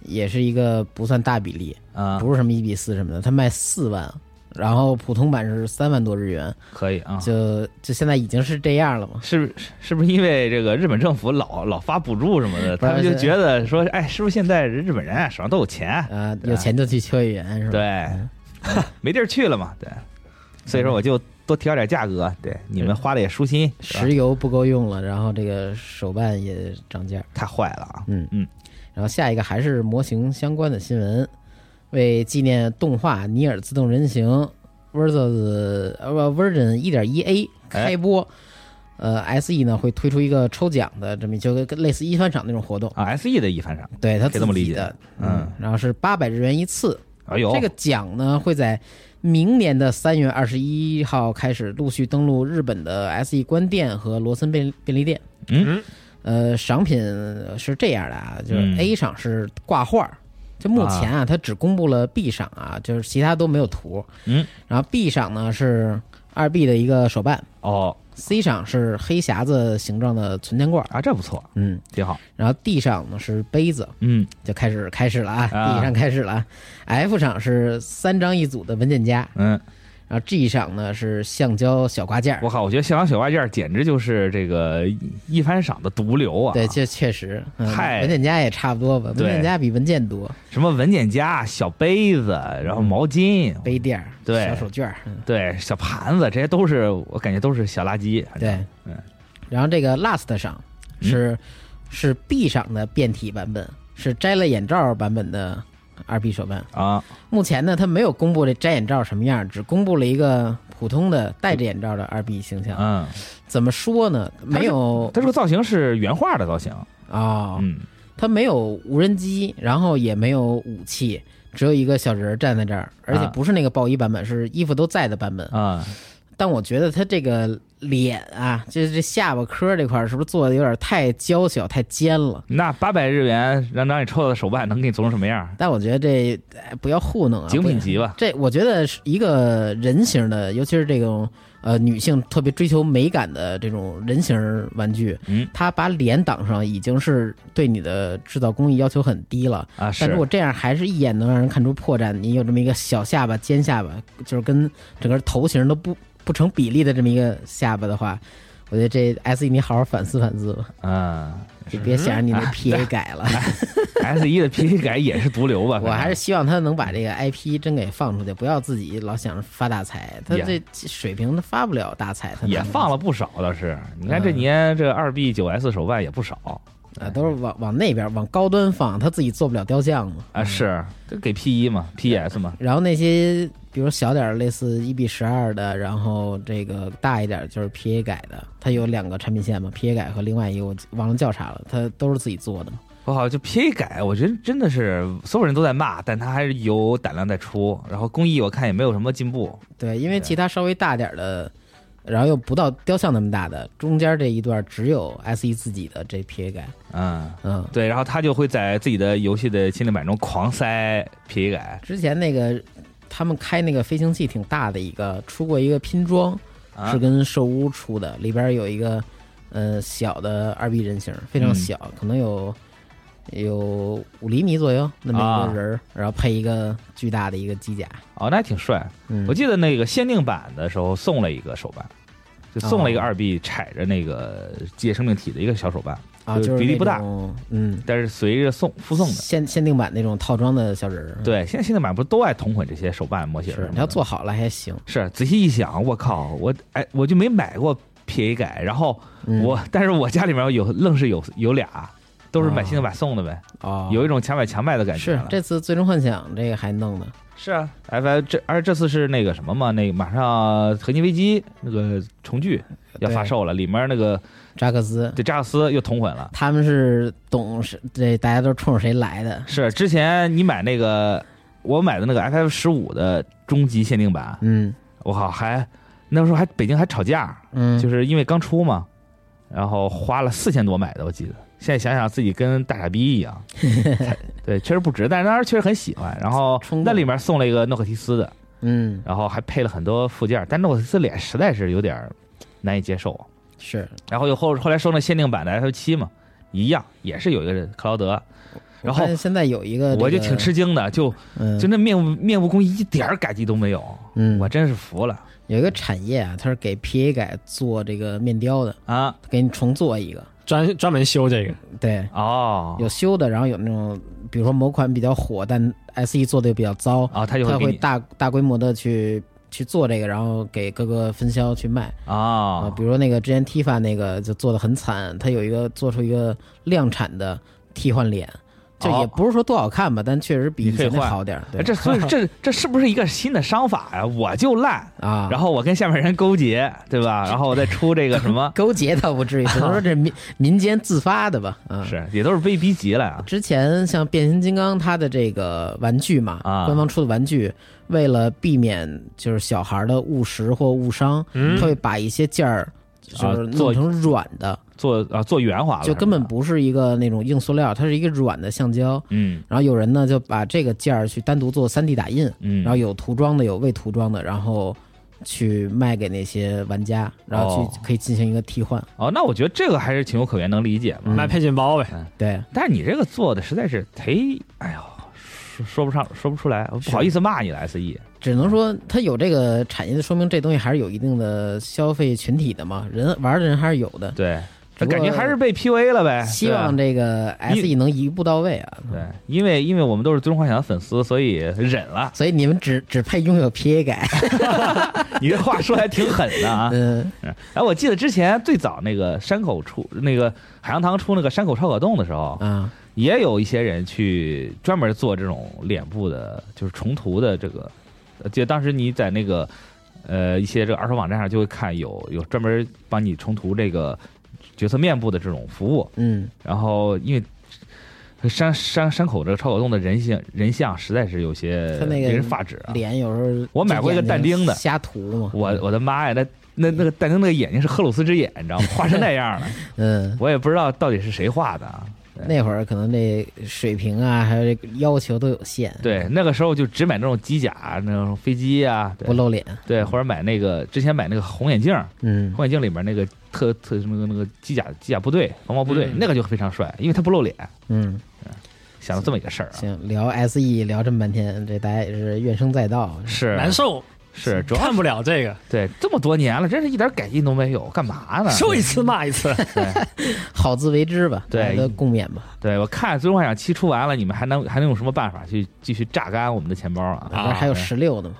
也是一个不算大比例，啊、不是什么一比四什么的，他卖四万，然后普通版是三万多日元，可以啊。就就现在已经是这样了嘛。是不是是不是因为这个日本政府老老发补助什么的，不是他们就是觉得说，哎，是不是现在日本人啊手上都有钱？啊、有钱就去秋叶原是吧？对，嗯 没地儿去了嘛，对，所以说我就多调点价格，对，你们花的也舒心，是吧石油不够用了，然后这个手办也涨价。太坏了啊！嗯嗯，然后下一个还是模型相关的新闻，为纪念动画《尼尔：自动人形》versus 呃不 version 一点一 A 哎开播，呃 S E 呢会推出一个抽奖的这么就跟跟类似一番赏那种活动，啊，S E 的一番赏，对他可以这么理解的，嗯，然后是八百日元一次，哎呦，这个奖呢会在明年的三月二十一号开始陆续登陆日本的 SE 关店和罗森便便利店。嗯，呃，赏品是这样的啊，就是嗯 A 赏是挂画儿，就目前啊，它只公布了 B 赏啊，就是其他都没有图。嗯，然后 B 赏呢是二 B 的一个手办哦，C 赏是黑匣子形状的存钱罐儿，啊，这不错，嗯，挺好，然后 D 赏呢是杯子，嗯，就开始开始了啊啊，D 上开始了啊，F 赏是三张一组的文件夹，嗯，然后 G 赏呢是橡胶小挂件儿我，靠，我觉得香港小挂件简直就是这个一番赏的毒瘤啊！对，这确实，嗯嗨文件夹也差不多吧，文对件夹比文件多，什么文件夹、小杯子，然后毛巾，嗯杯垫儿，对小手绢儿，嗯，对，小盘子，这些都是我感觉都是小垃圾。反正对，嗯，然后这个 Last 赏是、是 B 赏的变体版本，是摘了眼罩版本的二 B 手办。啊，目前呢，它没有公布这摘眼罩什么样，只公布了一个普通的戴着眼罩的二 B 形象。嗯，怎么说呢？没有它这个造型是原画的造型，啊，嗯，它没有无人机，然后也没有武器，只有一个小人儿站在这儿，而且啊不是那个暴衣版本，是衣服都在的版本。啊，但我觉得他这个脸啊，就是这下巴颏儿这块儿，是不是做的有点太娇小、太尖了？那八百日元让让你抽到的手办能给你做成什么样？但我觉得这哎不要糊弄啊，精品不级吧？这我觉得是一个人形的，尤其是这种呃女性特别追求美感的这种人形玩具，嗯它把脸挡上已经是对你的制造工艺要求很低了。啊，是但如果这样还是一眼能让人看出破绽，你有这么一个小下巴、尖下巴，就是跟整个头型都不不成比例的这么一个下巴的话，我觉得这 S E 你好好反思反思吧，嗯你别想着你哎那 P A 改了。 ，S 一的 P 改也是毒瘤吧？ 我还是是希望他能把嗯这个 I P 真给放出去，不要自己老想着发大财，他也这水平他发不了大财。他也哪能嗯放了不少，倒是你看这年这二 B 九 S 手办也不少，啊，都是往往那边往高端放，他自己做不了雕像嘛。啊，是这给 P 一嘛，PS 嘛，然后那些比如小点儿类似一比十二的，然后这个大一点儿就是 PA 改的，它有两个产品线嘛，PA 改和另外一个我忘了叫啥了，它都是自己做的嘛。我好就 PA 改，我觉得真的是所有人都在骂，但他还是有胆量在出，然后工艺我看也没有什么进步，对，因为对其他稍微大点儿的，然后又不到雕像那么大的，中间这一段只有 SE 自己的这 PA 改，嗯。嗯。对，然后他就会在自己的游戏的限定版中狂塞 PA 改，之前那个他们开那个飞行器挺大的一个，出过一个拼装，啊是跟兽屋出的，里边有一个呃小的二 B 人形，非常嗯小，可能有有五厘米左右那么啊一个人儿，然后配一个巨大的一个机甲。哦，那还挺帅。嗯，我记得那个限定版的时候送了一个手办，就送了一个哦二 B 踩着那个机械生命体的一个小手办，啊，就就是比例不大那种，嗯，但是随着送附送的。限限定版那种套装的小人儿。，嗯对，现在限定版不是都爱同捆这些手办模型是吗？你要做好了嗯还行。是仔细一想，我靠，我哎，我就没买过 PA 改，然后嗯、我、但是我家里面有愣是有有俩，都是买哦限定版送的呗，哦，有一种强买强卖的感觉啊是了。这次《最终幻想》这个还弄呢，是啊，F F 这而这次是那个什么嘛，那个马上《合金危机》那个重聚要发售了，里面那个扎克斯。对扎克斯又同混了。他们是懂是这，大家都是冲着谁来的，是之前你买那个我买的那个 F F 十五的终极限定版，嗯我靠，还那时候还北京还吵架，嗯，就是是因为刚出嘛，然后花了四千多买的，我记得。现在想想自己跟大傻逼 一样，才对，确实不值，但是当时确实很喜欢。然后冲动那里面送了一个诺克提斯的，嗯然后还配了很多附件儿，但诺克斯脸实在是有点儿难以接受啊。是然后又后后来收那限定版的 F 七嘛，一样也是有一个克劳德，然后我看现在有一个、我就挺，吃惊的，就嗯，就那面部面部工艺一点儿改进都没有，嗯，我真是服了有一个产业啊，它是给 PA 改做这个面雕的，啊！给你重做一个，专专门修这个，对，哦，有修的，然后有那种，比如说某款比较火，但 SE 做的又比较糟，啊，他就它会给会你大大规模的去去做这个，然后给各个分销去卖。啊，啊比如那个之前 Tifa 那个就做的很惨，它有一个做出一个量产的替换脸，就哦也不是说多好看吧，但确实比你以可以前的换好点儿。对哎这 所以这这是不是一个新的商法呀、我就烂，啊，，然后我跟下面人勾结，对吧？然后我再出这个什么 勾结倒不至于，只能说这民民间自发的吧。啊，是也都是被逼急了啊。之前像变形金刚它的这个玩具嘛，啊官方出的玩具，为了避免就是小孩的误食或误伤，嗯它会把一些件儿。啊就是做弄成软的，做啊做圆滑了，就根本是吧不是一个那种硬塑料，它是一个软的橡胶。嗯然后有人呢就把这个件儿去单独做 3D 打印，嗯，然后有涂装的，有未涂装的，然后去卖给那些玩家，然后去哦可以进行一个替换。哦，那我觉得这个还是情有可原，能理解嗯嘛。卖配件包呗。对，但是你这个做的实在是忒，哎呦，说说不上，说不出来，不好意思骂你了，SE。E 只能说它有这个产业，说明这东西还是有一定的消费群体的嘛，人玩的人还是有的。对，只他不过感觉还是被 PUA 了呗。希望哎对啊这个 S E 能一步到位啊，对，因为因为我们都是最终幻想的粉丝，所以忍了。所以你们只只配拥有 P A 改，你这话说得还挺狠的啊！ 嗯哎，我记得之前最早那个山口出那个海洋堂出那个山口烧烤冻的时候，啊，也有一些人去专门做这种脸部的，就是重涂的这个。呃记得当时你在那个呃一些这个二手网站上就会看有有专门帮你重涂这个角色面部的这种服务。嗯，然后因为山山山口这个超狗洞的人像人像实在是有些他那个令人发指啊！脸有时候我买过一个但丁的瞎涂嘛，我我的妈呀，那那那个但丁那个眼睛是赫鲁斯之眼，你知 道吗？画成那样了，嗯，我也不知道到底是谁画的啊。那会儿可能这水平啊，还有这个要求都有限，对，那个时候就只买那种机甲、那种飞机啊，对不露脸，对，或者买那个之前买那个红眼镜儿，嗯，红眼镜里面那个特特什么那个机甲机甲部队防暴部队，嗯那个就非常帅，因为它不露脸。嗯，想了这么一个事儿啊，行，聊 S E 聊这么半天，这大家也是怨声载道，是难受，是主要看不了这个，对这么多年了，真是一点改进都没有，干嘛呢？说一次骂一次。对，好自为之吧，对大家都共勉吧，对我看《最终幻想七》出完了，你们还能还能用什么办法去继续榨干我们的钱包啊？那边还有十六的嘛，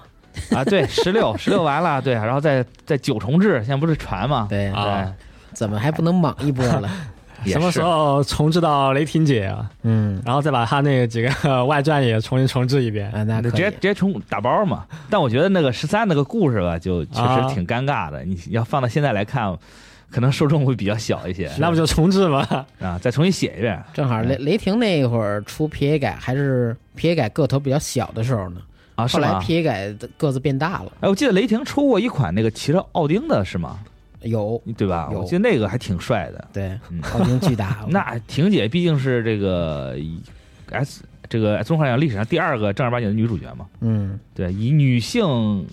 啊，对，十六十六完了，对，然后再再九重制，现在不是传吗？对，啊对， 怎么还不能莽一波了？ 也什么是时候重置到雷霆姐啊？嗯，然后再把他那几个外传也重新重置一 遍。啊，那那可直接以直，接冲打包嘛。但我觉得那个十三那个故事吧，就确啊实挺尴尬的。你要放到现在来看，可能受众会比较小一些那不就重置吗？啊。再重新写一遍，正好雷雷霆那会儿出 PA 改还是 PA 改个头比较小的时候呢，啊，是后来吗？ PA 改的个子变大了，哎，我记得雷霆出过一款那个骑着奥丁的是吗？有对吧？有我记得那个还挺帅的。对嗯，，奥丁巨大 那婷姐毕竟是这个 S 这个综合奖历史上第二个正儿八经的女主角嘛，嗯对，以女性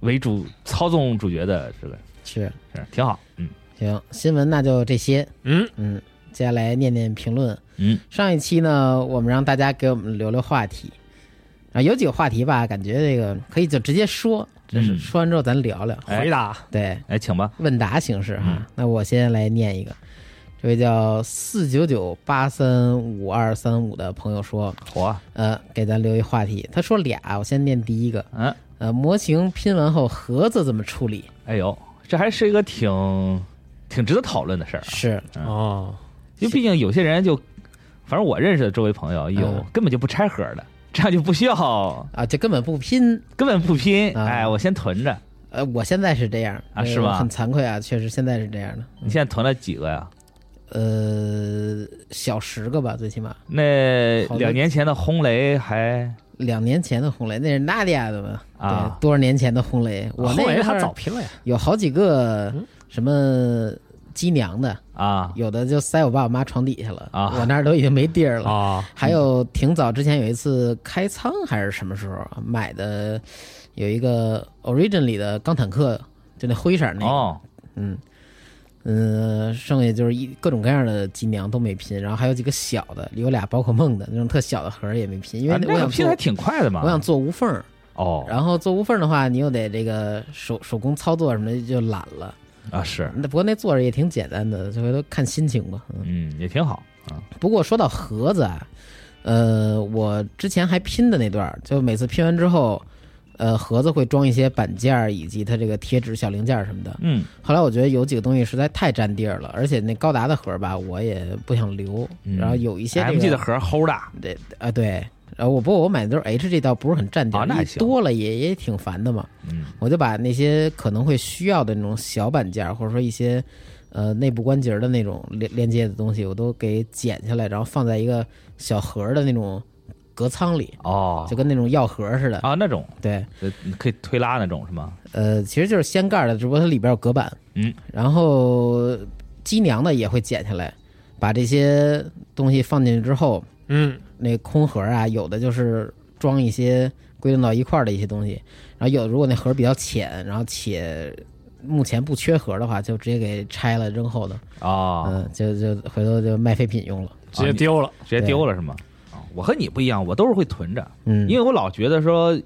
为主操纵主角的这个是是挺好，嗯行，新闻那就这些，嗯嗯，接下来念念评论。嗯，上一期呢，我们让大家给我们留留话题啊，有几个话题吧，感觉这个可以就直接说，真是嗯说完之后咱聊聊。哎回答对，哎，请吧，问答形式哈。嗯那我先来念一个，这位叫四九九八三五二三五的朋友说，火啊，呃，给咱留一话题。他说俩，我先念第一个，嗯，呃，模型拼完后盒子怎么处理？哎呦，这还是一个挺挺值得讨论的事儿啊，是，嗯哦，因为毕竟有些人就，反正我认识的周围朋友有嗯根本就不拆盒的， 这样就不需要啊，就根本不拼。根本不拼，啊哎，我先囤着，呃，我现在是这样啊呃是吗我很惭愧啊，确实现在是这样的。你现在囤了几个呀？呃，小十个吧，最起码那好多两年前的轰雷还两年前的红雷，那是娜迪亚的嘛？啊对，多少年前的红雷，我后那来一他块儿早拼了呀。有好几个什么鸡娘的，啊有的就塞我爸我妈床底下了啊我那儿都已经没地儿了。啊，还有挺早之前有一次开仓还是什么时候啊买的，有一个 Origin 里的钢坦克，就那灰色儿那个，哦，嗯嗯、呃剩下就是一各种各样的鸡娘都没拼，然后还有几个小的，有俩宝可梦的那种特小的盒儿也没拼，因为啊我那个想拼做、的还挺快的嘛。我想做无缝儿，哦然后做无缝儿的话，你又得这个手手工操作什么的就懒了。啊是，那不过那做着也挺简单的，这回头看心情吧。嗯嗯也挺好啊不过说到盒子啊，呃，我之前还拼的那段儿，就每次拼完之后，呃，盒子会装一些板件儿以及它这个贴纸、小零件儿什么的。嗯后来我觉得有几个东西实在太占地儿了，而且那高达的盒儿吧，我也不想留。嗯然后有一些这个、 ，MG 的盒儿齁大对啊对，然后我不过我买的都是 HG，倒不是很占地儿，啊那还一行多了也也挺烦的嘛。嗯我就把那些可能会需要的那种小板件儿，或者说一些呃内部关节儿的那种连连接的东西，我都给剪下来，然后放在一个小盒儿的那种隔仓里，哦就跟那种药盒儿似的。啊那种对，呃可以推拉那种是吗？呃，其实就是掀盖儿的，只不过它里边有隔板。嗯，然后机娘的也会剪下来，把这些东西放进去之后，嗯，那空盒啊，有的就是装一些归拢到一块儿的一些东西，然后有的如果那盒比较浅，然后且目前不缺盒的话，就直接给拆了扔后头，哦，嗯，就就回头就卖废品用了，直接丢了。直接丢了是吗？啊我和你不一样，我都是会囤着，嗯，因为为我老觉得说，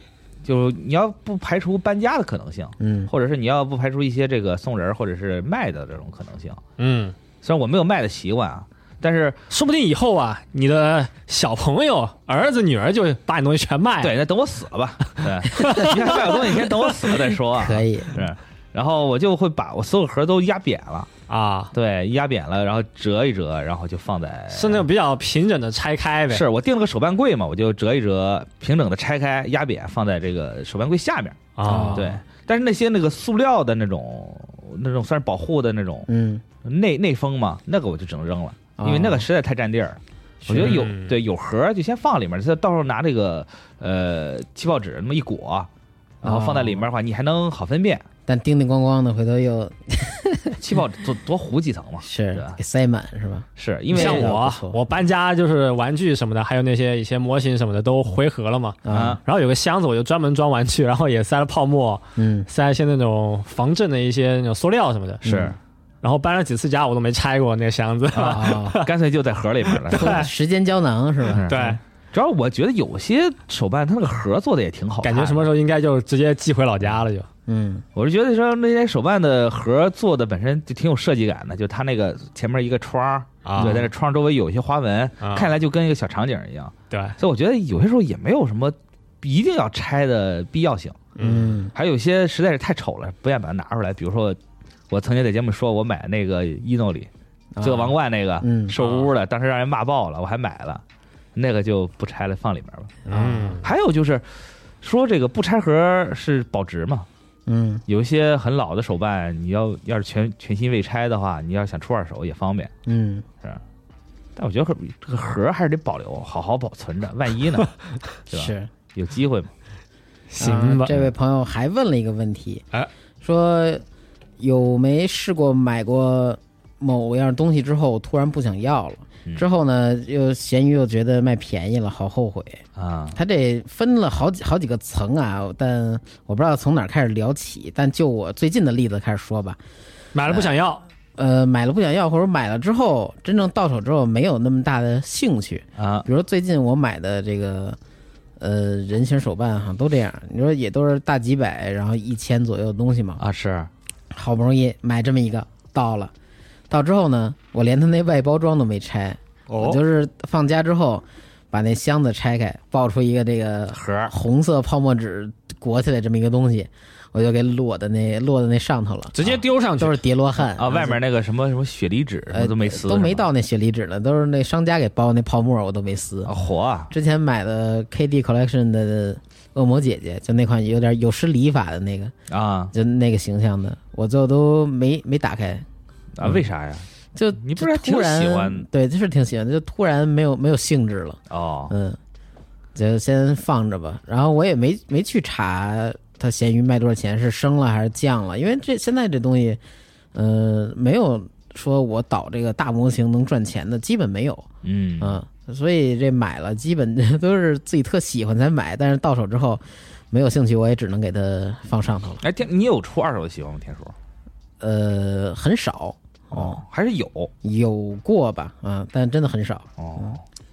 就你要不排除搬家的可能性，嗯或者是你要不排除一些这个送人儿或者是卖的这种可能性。嗯，虽然我没有卖的习惯啊，但是说不定以后啊，你的小朋友、儿子、女儿就把你东西全卖了。对，那等我死了 吧。对，你还卖我东西，你先等我死了再说啊。可以，是，然后我就会把我所有盒都压扁了，啊，对，压扁了，然后折一折，然后就放在。是那种比较平整的拆开呗。是我订了个手办柜嘛，我就折一折，平整的拆开，压扁放在这个手办柜下面。啊，对，但是那些那个塑料的那种，那种算是保护的那种嗯，内内封嘛，那个我就只能扔了，啊因为那个实在太占地儿。是我觉得有嗯对有盒儿就先放里面，他到时候拿这个呃气泡纸那么一裹，然啊后放在里面的话，你还能好分辨。但叮叮咣咣的，回头又气泡纸多多糊几层 嘛，对是啊吧给塞满是吧？是因因为为像不我错，我搬家就是玩具什么的，还有那些一些模型什么的都回合了嘛。啊，然后有个箱子，我就专门装玩具，然后也塞了泡沫，嗯，塞一些那种防震的一些那种塑料什么的。是然后搬了几次家，我都没拆过那个箱子。哦啊，嗯 干脆就在盒里边了。说时间胶囊是吧？嗯对，主要我觉得有些手办它那个盒做的也挺好 看感的，觉什么时候应该就直接寄回老家了就。嗯我是觉得说那些手办的盒做的本身就挺有设计感的，就它那个前面一个窗儿，啊对，但是窗周围有一些花纹，啊看起来就跟一个小场景一样。对，所以我觉得有些时候也没有什么一定要拆的必要性， 嗯还有些实在是太丑了，不愿把它拿出来。比如说，我曾经在节目说我买那个 ino 里啊罪恶王冠那个，嗯收屋的，当时让人骂爆了，我还买了，那个就不拆了，放里面吧。啊嗯还有就是说这个不拆盒是保值嘛，嗯有一些很老的手办，你要要是全全新未拆的话，你要想出二手也方便。嗯，但我觉得盒这个盒还是得保留，好好保存着，万一呢，对吧？是。有机会嘛？行吧啊。这位朋友还问了一个问题，哎，说有没试过买过某样东西之后突然不想要了嗯？之后呢，又闲鱼又觉得卖便宜了，好后悔。啊，他这分了好几好几个层啊，但我不知道从哪儿开始聊起。但就我最近的例子开始说吧，买了不想要，呃，买了不想要，或者买了之后真正到手之后没有那么大的兴趣，啊，比如说最近我买的这个，呃，人形手办哈都这样，你说也都是大几百，然后一千左右的东西嘛，啊是，好不容易买这么一个到了，到之后呢，我连它那外包装都没拆，我哦，就是放家之后，把那箱子拆开，爆出一个这个盒红色泡沫纸裹起来这么一个东西，我就给摞在那摞在那上头了，啊直接丢上去都是叠罗汉啊，外面那个什么什么雪梨纸什么呃都没撕，都没是吧到那雪梨纸了，都是那商家给包那泡沫，我都没撕啊，火啊，之前买的 KD Collection 的恶魔姐姐，就那款有点有失礼法的那个，啊就那个形象的，我最后都没没打开，啊，为啥呀？就你不就是还挺突然喜欢对，就是挺喜欢的，就突然没有没有兴致了，哦，嗯，就先放着吧。然后我也没没去查它闲鱼卖多少钱，是升了还是降了，因为这现在这东西，呃，没有说我导这个大模型能赚钱的，基本没有。嗯嗯，所以这买了基本 都是自己特喜欢才买，但是到手之后没有兴趣，我也只能给它放上头了。哎，天，你有出二手的习惯吗？天叔？呃，很少哦，还是有有过吧，啊，但真的很少。哦。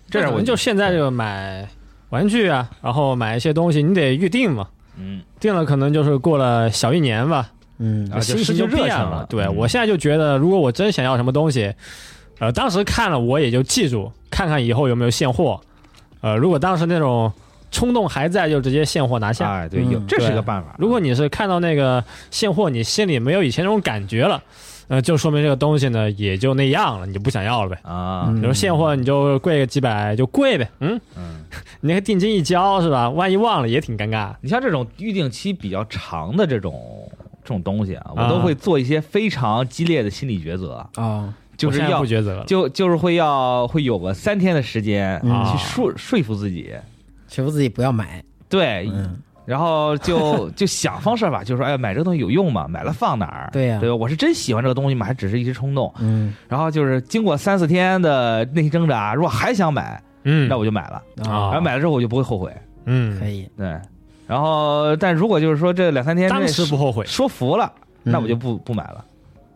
这这样我我们就现在就买玩具啊，然后买一些东西，你得预定嘛。嗯，定了可能就是过了小一年吧，嗯啊就心情失去就热变情了了。对嗯我现在就觉得，如果我真想要什么东西，呃，当时看了我也就记住，看看以后有没有现货。呃，如果当时那种冲动还在，就直接现货拿下。哎，对，有嗯这是对个办法。如果你是看到那个现货，你心里没有以前那种感觉了，呃，就说明这个东西呢也就那样了，你就不想要了呗。啊嗯，你说现货你就贵个几百就贵呗，嗯，嗯， 你那个定金一交是吧？万一忘了也挺尴尬。你像这种预定期比较长的这种这种东西啊，我啊都会做一些非常激烈的心理抉择，哦，就是我现在要不抉择了，就就是会要会有个三天的时间嗯啊去说说服自己，说服自己不要买。对，嗯，然后就就想方设法，就说哎，买这个东西有用吗？买了放哪儿？对呀对吧？我是真喜欢这个东西吗？还只是一时冲动？嗯然后就是经过三四天的内心挣扎，如果还想买，嗯那我就买了。啊然后买了之后我就不会后悔。哦可嗯，以。对，然后但如果就是说这两三天当内时不后悔。说服了，那嗯我就嗯不不买了。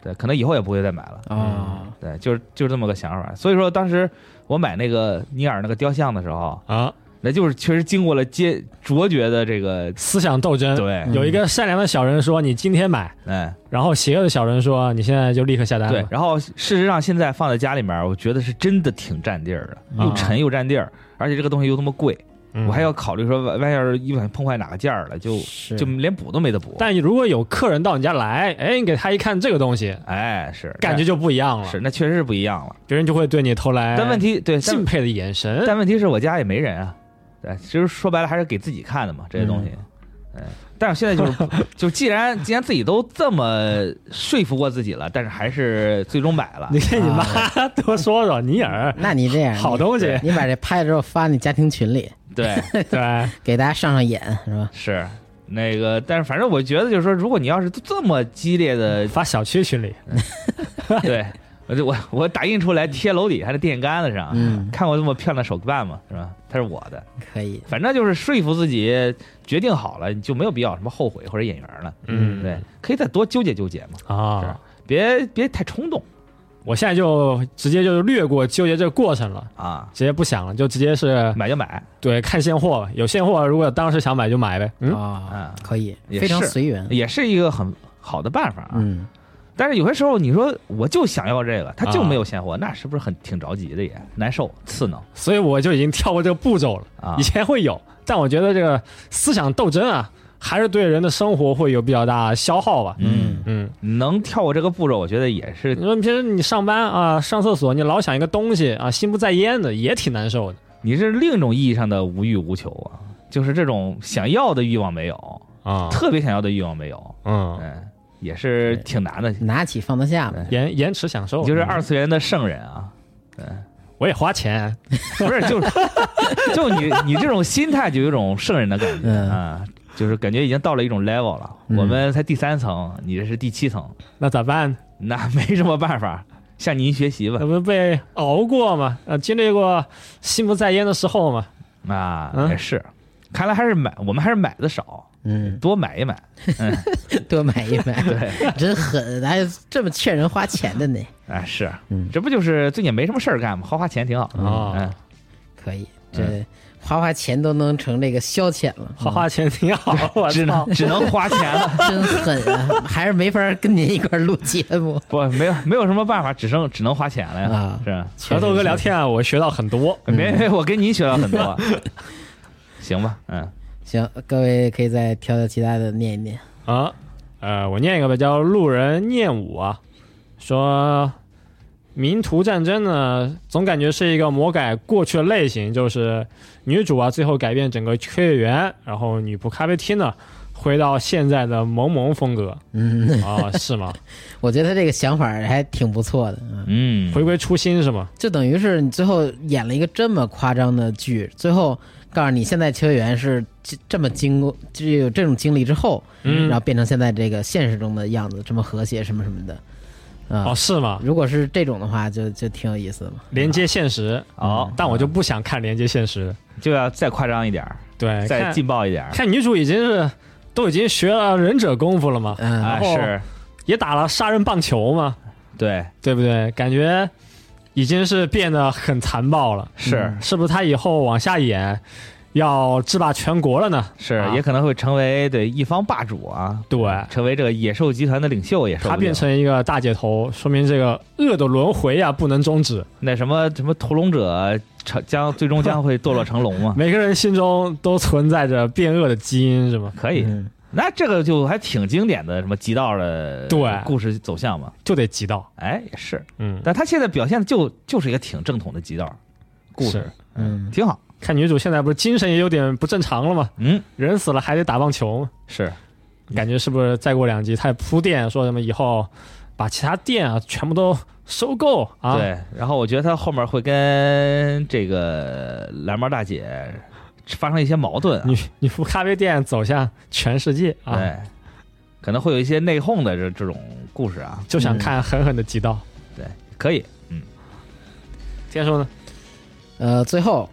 对，可能以后也不会再买了。哦，对，就是就是这么个想法。所以说当时我买那个尼尔那个雕像的时候，啊，那就是确实经过了接卓绝的这个思想斗争。对，嗯嗯有一个善良的小人说：“你今天买。哎”然后邪恶的小人说：“你现在就立刻下单对吧。。然后事实上现在放在家里面，我觉得是真的挺占地儿的，嗯又沉又占地儿，而且这个东西又那么贵，嗯”我还要考虑说万万一要是一不小心碰坏哪个件儿了，就是就连补都没得补。但如果有客人到你家来，哎，你给他一看这个东西，哎，是感觉就不一样那了，哎是那确实是不一样了。别人就会对你投来但问题对，但敬佩的眼神。但问题是我家也没人啊，对，其实说白了还是给自己看的嘛，这些东西。嗯，但是现在就是就既然既然自己都这么说服过自己了，但是还是最终买了 你。跟啊你妈多说说，尼尔那你这 哎样好东西，你，你把这拍了之后发你家庭群里，对，对，给大家上上眼，是吧？是那个，但是反正我觉得就是说，如果你要是这么激 烈的，发小区群里，对我就我我打印出来贴楼底下的电线杆子上，嗯看过这么漂亮的手办吗？是吧？它是我的，可以。反正就是说服自己决定好了，你就没有必要有什么后悔或者眼缘了。嗯对，可以再多纠结纠结嘛，是啊，别别太冲动我现在就直接就略过纠结这个过程了，啊，直接不想了，就直接是买就买对看现货吧，有现货，如果当时想买就买呗。嗯，啊，啊，可以，也非常是哎随缘。也是一个很好的办法啊。嗯，但是有些时候你说我就想要这个，他就没有现货，那是不是很挺着急的也难受刺挠所以我就已经跳过这个步骤了。啊以？前会有，但我觉得这个思想斗争啊，还是对人的生活会有比较大消耗吧。嗯。嗯，能跳过这个步骤，我觉得也是你说平时你上班啊、上厕所，你老想一个东西啊，心不在焉的，也挺难受的。你是另一种意义上的无欲无求啊，就是这种想要的欲望没有，啊，特别想要的欲望没有，嗯，嗯，也是挺难的。拿起放得下嘛。延延迟享受，你就是二次元的圣人啊，我也花钱， 不是就是就你你这种心态就有一种圣人的感觉嗯啊，就是感觉已经到了一种 level 了。嗯我们才第三层，你这是第七层，那咋办？那没什么办法，向您学习吧那不被熬过吗？呃，经历过心不在焉的时候嘛。啊，嗯也是。看来还是买，我们还是买的少，嗯，多买一买。多买一买，对，真狠，还这么劝人花钱的呢？啊是嗯，啊这不就是最近没什么事儿干吗？花花钱挺好的哦嗯可以，这嗯花花钱都能成这个消遣了，花花钱挺好， 我只操能！只能花钱了，真狠啊！还是没法跟您一块儿录节目不没有没有什么办法，只剩只能花钱了呀，啊嗯是吧？和豆哥聊天啊，我学到很多。没没，我跟你学到 很多，行吧，嗯，行，各位可以再挑挑其他的念一念。啊，呃，我念一个吧，叫路人念武啊，说民途战争呢，总感觉是一个魔改过去的类型，就是女主啊最后改变整个秋叶原，然后女仆咖啡厅呢回到现在的萌萌风格嗯，啊，是吗？我觉得他这个想法还挺不错的啊，嗯回归初心是吗？就等于是你最后演了一个这么夸张的剧，最后告诉你现在秋叶原是这这么经过，就有这种经历之后，嗯然后变成现在这个现实中的样子，这么和谐什么什么的，啊、哦，是吗？如果是这种的话，就就挺有意思的嘛。连接现实，哦好，但我就不想看连接现实。就要再夸张一点儿，对，再哎看劲爆一点儿，看女主已经是都已经学了忍者功夫了嘛，嗯、然啊，后是，也打了杀人棒球嘛，对，对不对？感觉已经是变得很残暴了，是嗯是不是？她以后往下演要制霸全国了呢？是啊，也可能会成为对一方霸主啊，对，成为这个野兽集团的领袖，也是她变成一个大姐头，说明这个恶的轮回呀、不能终止。那什么什么屠龙者成将最终将会堕落成龙 嘛，每个人心中都存在着变恶的基因，是吗？可以，嗯哎那这个就还挺经典的，什么极道的对故事走向嘛。就得急到，哎，也是，嗯，但他现在表现的就就是一个挺正统的极道故是事，嗯，挺好。看女主现在不是精神也有点不正常了吗？嗯，人死了还得打棒球吗是，感觉是不是再过两集他也铺垫说什么以后把其他店啊全部都收购啊？，对。然后我觉得他后面会跟这个蓝猫大姐发生一些矛盾啊、女 女仆咖啡店走向全世界啊，对，可能会有一些内讧的这这种故事啊，就想看狠狠的击倒。可以。天说呢？呃，最后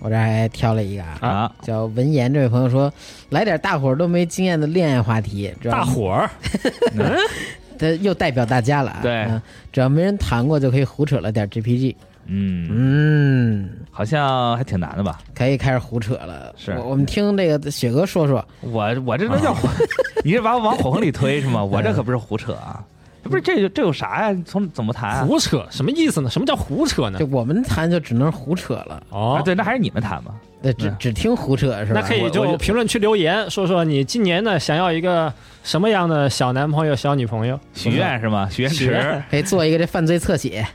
我这儿还挑了一个啊，啊，叫文言这位朋友说，来点大伙儿都没经验的恋爱话题，只要大伙儿他又代表大家了啊，对嗯只要没人谈过就可以胡扯了点 GPG，嗯，嗯，好像还挺难的吧？可以开始胡扯了，是我我们听这个雪哥说说，我我这能叫火？啊你是把我往火坑里推是吗？我这可不是胡扯啊！不是这这有啥呀？从怎么谈啊？胡扯什么意思呢？什么叫胡扯呢就？我们谈就只能胡扯了，啊，哦，对，那还是你们谈吧。对，只嗯只听胡扯是吧？那可以我我就就评论区留言说说你今年呢想要一个什么样的小男朋友、小女朋友？许愿是吗？许愿许愿池，可以做一个这犯罪侧 写，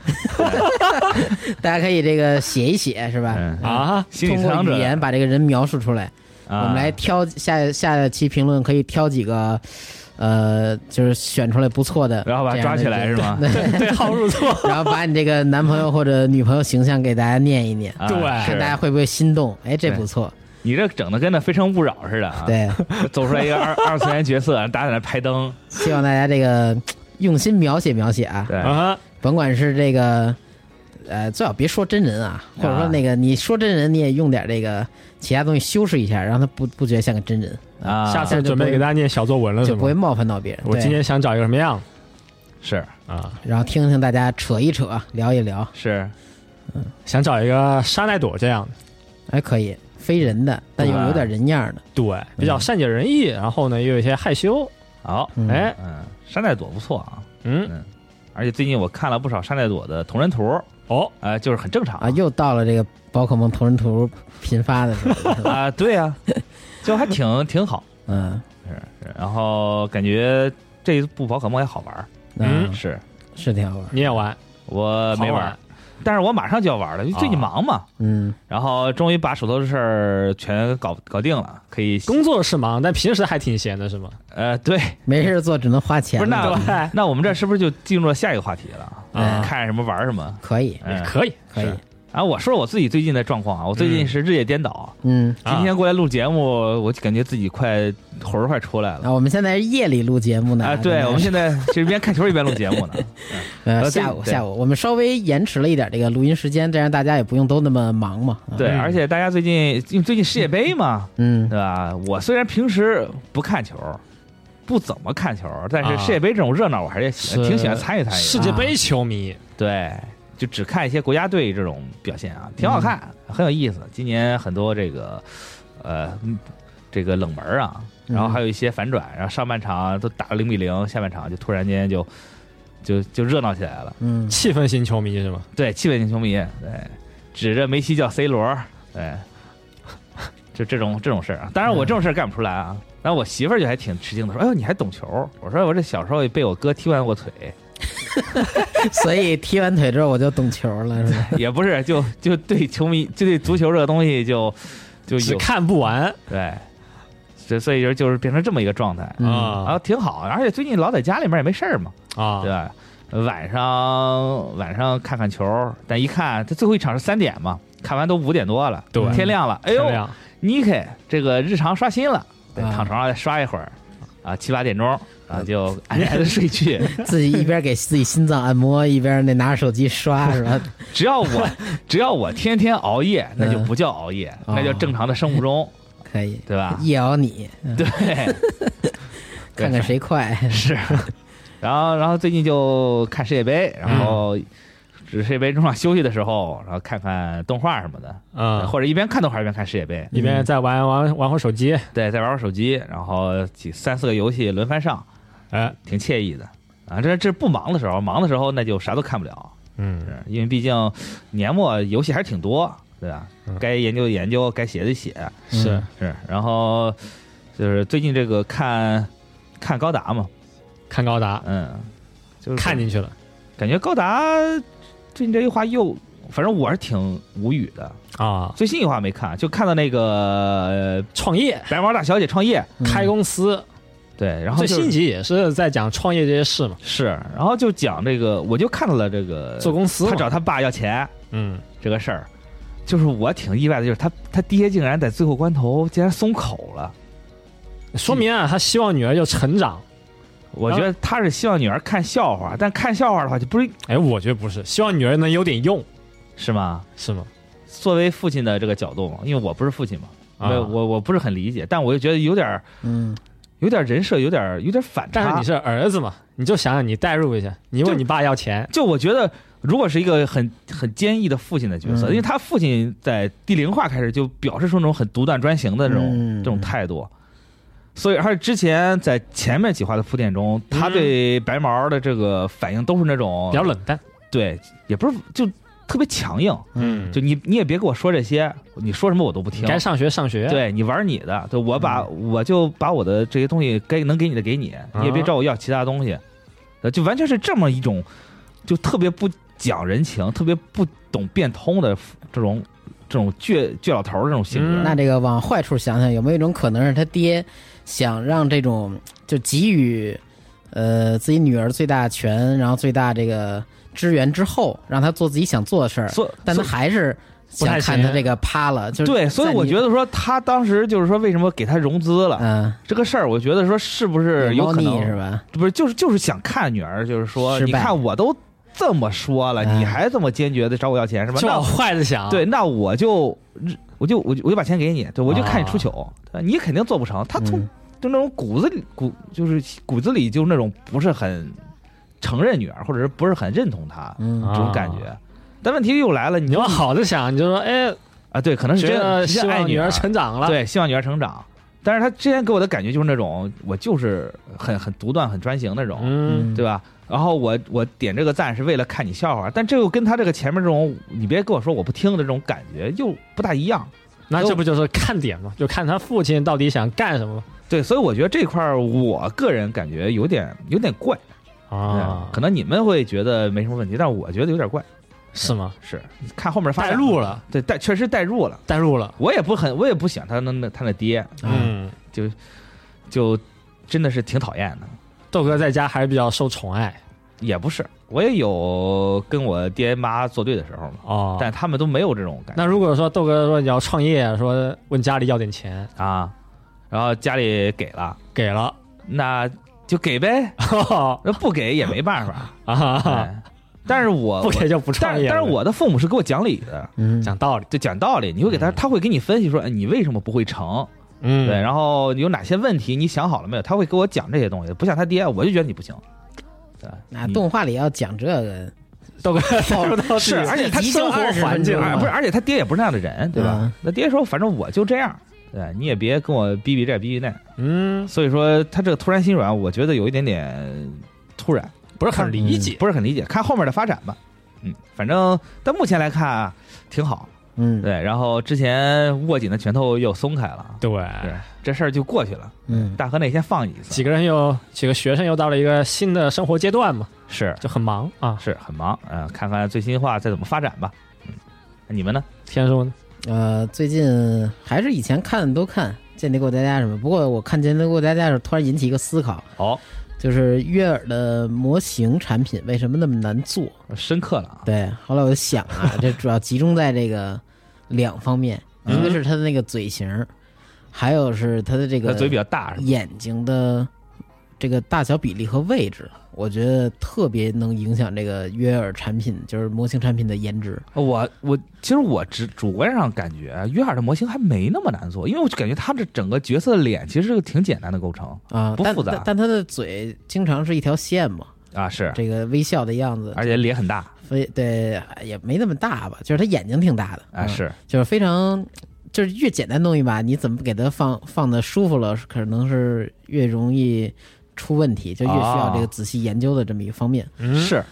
大家可以这个写一写是吧？嗯啊，心理通成过长语，者言把这个人描述出来，啊我们来挑下下期评论，可以挑几个，呃，就是选出来不错的，然后把他抓起来是吗？对号入座。然后把你这个男朋友或者女朋友形象给大家念一念，啊对看大家 是会不会心动？哎，这对不错，你这整的跟那《非诚勿扰》似的啊！对，走出来一 个二二次元角色，大家在那拍灯，希望大家这个用心描写描写啊，对，啊，甭管是这个。呃，最好别说真人啊，或者说那个你说真人，你也用点这个其他东西修饰一下，让他不不觉得像个真人，啊，下次准备给大家念小作文了是就不吗会？冒犯到别人。我对今年想找一个什么样是啊？然后听听大家扯一扯，聊一聊，是想找一个沙奈朵这样的。还哎可以非人的，但又对吧有点人样儿的。对，比较善解人意，然后呢又有一些害羞，好，嗯哎，嗯嗯，山奈朵不错啊，嗯，而且最近我看了不少山奈朵的同人图，哦，呃，就是很正常啊，又到了这个宝可梦同人图频发的时 候，是吧 啊，对啊，就还挺挺好，嗯，是，然后感觉这一部宝可梦也好玩儿，嗯啊是是挺好玩儿，你也玩？我呃没好玩儿，，但是我马上就要玩了，因为最近啊忙嘛，嗯，然后终于把手头的事儿全搞搞定了，可以工作是忙，但平时还挺闲的，是吗？呃对，没事做只能花钱了，不是那对吧我那我们这是不是就进入了下一个话题了？哎啊哎看什么玩什么。可以嗯，可以，可以是，啊，我说说我自己最近的状况啊，我最近是日夜颠倒，嗯，啊今天过来录节目，我感觉自己快魂儿快出来了。啊，我们现在是夜里录节目呢，啊，对，我们现在其实一边看球一边录 节目呢。呃呃下对午对下午我们稍微延迟了一点这个录音时间，这样大家也不用都那么忙嘛，啊嗯对，而且大家最近因为最近世界杯嘛，嗯对吧？我虽然平时不看球，不怎么看球，但是啊世界杯这种热闹我还是喜是挺喜欢参与参与世的。界杯球啊迷对，就只看一些国家队这种表现啊，挺好看，很有意思。今年很多这个呃嗯这个冷门啊，然后还有一些反转，然后上半场都打了零比零，下半场就突然间就就就热闹起来了。 嗯气氛型球迷是吗？对，气氛型球迷，对，指着梅西叫 C 罗，对，就这种这种事儿啊。当然我这种事儿干不出来啊。然后我媳妇儿就还挺吃惊的说：“哎呦，你还懂球？”我说：“我这小时候也被我哥踢断过腿，所以踢完腿之后我就懂球了，是吧？ 也不是，就就对球迷，就对足球这个东西就就只有看不完对，所以所以就就是变成这么一个状态，嗯然后啊挺好。而且最近老在家里面也没事儿嘛，啊对！吧？晚上晚上看看球，但一看这最后一场是三点嘛，看完都五点多了，对天亮了，哎这呦样，Nike 这个日常刷新了，对，啊躺床上再刷一会儿，啊，七八点钟，然啊后就安然的 睡去。自己一边给自己心脏按摩，一边那拿着手机刷， 是吧？只要我只要我天天熬夜，那啊就不叫熬夜，嗯那叫正常的生物钟，可以，对吧？夜熬你， 对， 看看谁快，是。然后，然后最近就看世界杯，然后嗯只世界杯中场休息的时候，然后看看动画什么的，嗯啊，或者一边看动画一边看世界杯，一边在玩玩玩会儿手机，对，再玩玩手机，然后几三四个游戏轮番上，哎，挺惬意的。啊，这这不忙的时候，忙的时候那就啥都看不了，嗯，是因为毕竟年末游戏还是挺多，对吧？嗯该研究的研究，该写的写，是嗯是，然后就是最近这个看看高达嘛，看高达，嗯，就是看进去了感觉高达最近这一话又，反正我是挺无语的。啊！最新一话没看，就看到那个、创业呃白毛大小姐创业，嗯开公司，对，然后这就新是集也是在讲创业这些事嘛，是，然后就讲这个，我就看到了这个做公司嘛，他找他爸要钱嗯这个事儿，就是我挺意外的，就是他他爹竟然在最后关头竟然松口了。说明啊，他希望女儿就成长。我觉得他是希望女儿看笑话，但看笑话的话就不是哎，我觉得不是，希望女儿能有点用，是吗？是吗？作为父亲的这个角度嘛，因为我不是父亲嘛，啊我我我不是很理解，但我就觉得有点儿嗯，有点儿人设有点儿有点儿反差。但是你是儿子嘛，你就想想你代入一下，你问就你爸要钱，就我觉得，如果是一个很很坚毅的父亲的角色，嗯因为他父亲在第零话开始就表示出那种很独断专行的这种、嗯这种态度，所以而且之前在前面几话的铺垫中，他对白毛的这个反应都是那种比较冷淡，对，也不是就特别强硬，嗯就你你也别跟我说这些，你说什么我都不听。该上学上学，，对你玩你的，对我把、我就把我的这些东西该能给你的给你，你也别找我要其他东西，呃就完全是这么一种，就特别不讲人情，特别不懂变通的这种这种倔倔老头儿这种性格。嗯那这个往坏处想想，有没有一种可能是他爹想让这种就给予呃自己女儿最大权，然后最大这个支援之后，让她做自己想做的事儿，所但他所还是不想太看他行这个趴了，就是对，所以我觉得得说他当时就是说为什么给他融资了、嗯，这个事儿，我觉得说是不是有猫可腻能是吧？不是就是就是想看女儿，就是说失你败看我都这么说了，哎你还这么坚决的找我要钱是吧？就那往坏的想，对，，那我就我就我就我就把钱给你，对我就看你出啊糗，对你肯定做不成。他从、嗯就那种骨子里骨就是骨子里就那种不是很承认女儿，或者是不是很认同她、嗯啊这种感觉。但问题又来了，你你就往好的想，你就说，哎，啊，对，可能是觉真得的是希真爱望女儿儿成长了，，对，希望女儿成长。但是他之前给我的感觉就是那种我就是很很独断、很专行那种，嗯，对吧？然后我我点这个赞是为了看你笑话，但这又跟他这个前面这种你别跟我说我不听的这种感觉又不大一样。那这不就是看点嘛？就看他父亲到底想干什么嘛。对，所以我觉得这块儿，我个人感觉有点有点怪啊嗯可能你们会觉得没什么问题，但我觉得有点怪。是吗？是看后面发代展入，了，对，代确实代入了。代入了，我也不很，我也不想他那那他那爹，嗯，嗯，就真的是挺讨厌的。豆哥在家还是比较受宠爱也不是，我也有跟我爹妈作对的时候嘛，哦。但他们都没有这种感觉那如果说豆哥说你要创业，说问家里要点钱，啊。然后家里给了，给了 那就给呗，啊，那不给也没办法。哎但是我不给就不但创是业了。但是我的父母是给我讲理的，嗯，讲道理，就讲道理，你会给他，嗯他会给你分析说，哎，你为什么不会成？嗯对，然后有哪些问题，你想好了没有？他会给我讲这些东西，不像他爹，我就觉得你不行。对，那你啊动画里要讲这 个，豆哥哦代入到自是，己啊而且他生活20环境，分钟哎嘛不是，而且他爹也不是那样的人，对吧嗯？那爹说，反正我就这样，对，你也别跟我逼逼这逼逼那。嗯，所以说，他这个突然心软，我觉得有一点点突然，不是很理解。不是很理解。看后面的发展吧，嗯，反正但目前来看啊挺好。嗯对，然后之前握紧的拳头又松开了，对，对，这事儿就过去了。嗯，大河那天放你一次，几个人又几个学生又到了一个新的生活阶段嘛，是就很忙啊。是很忙，嗯、看看最新化再怎么发展吧。嗯，那你们呢？天叔呢？呃，最近还是以前看的都看《间谍过家家》什么，不过我看《间谍过家家》的时候，突然引起一个思考，哦，就是悦耳的模型产品为什么那么难做？深刻了啊，对，后来我就想啊，这主要集中在这个两方面，一个嗯是它的那个嘴型儿，还有是它的这他个嘴比较大是吧？眼睛的这个大小比例和位置，我觉得特别能影响这个悦耳产品，就是模型产品的颜值。我我其实我只主观上感觉约尔的模型还没那么难做，因为我就感觉他这整个角色的脸其实是个挺简单的构成啊，不但复杂但但他的嘴经常是一条线嘛，啊，是，这个微笑的样子，哎而且脸很大非对也没那么大吧，就是他眼睛挺大的哎啊，嗯是就是非常，就是越简单的东西吧，你怎么给它放放的舒服了，可能是越容易出问题，就越需要哦这个仔细研究的这么一个方面。嗯是，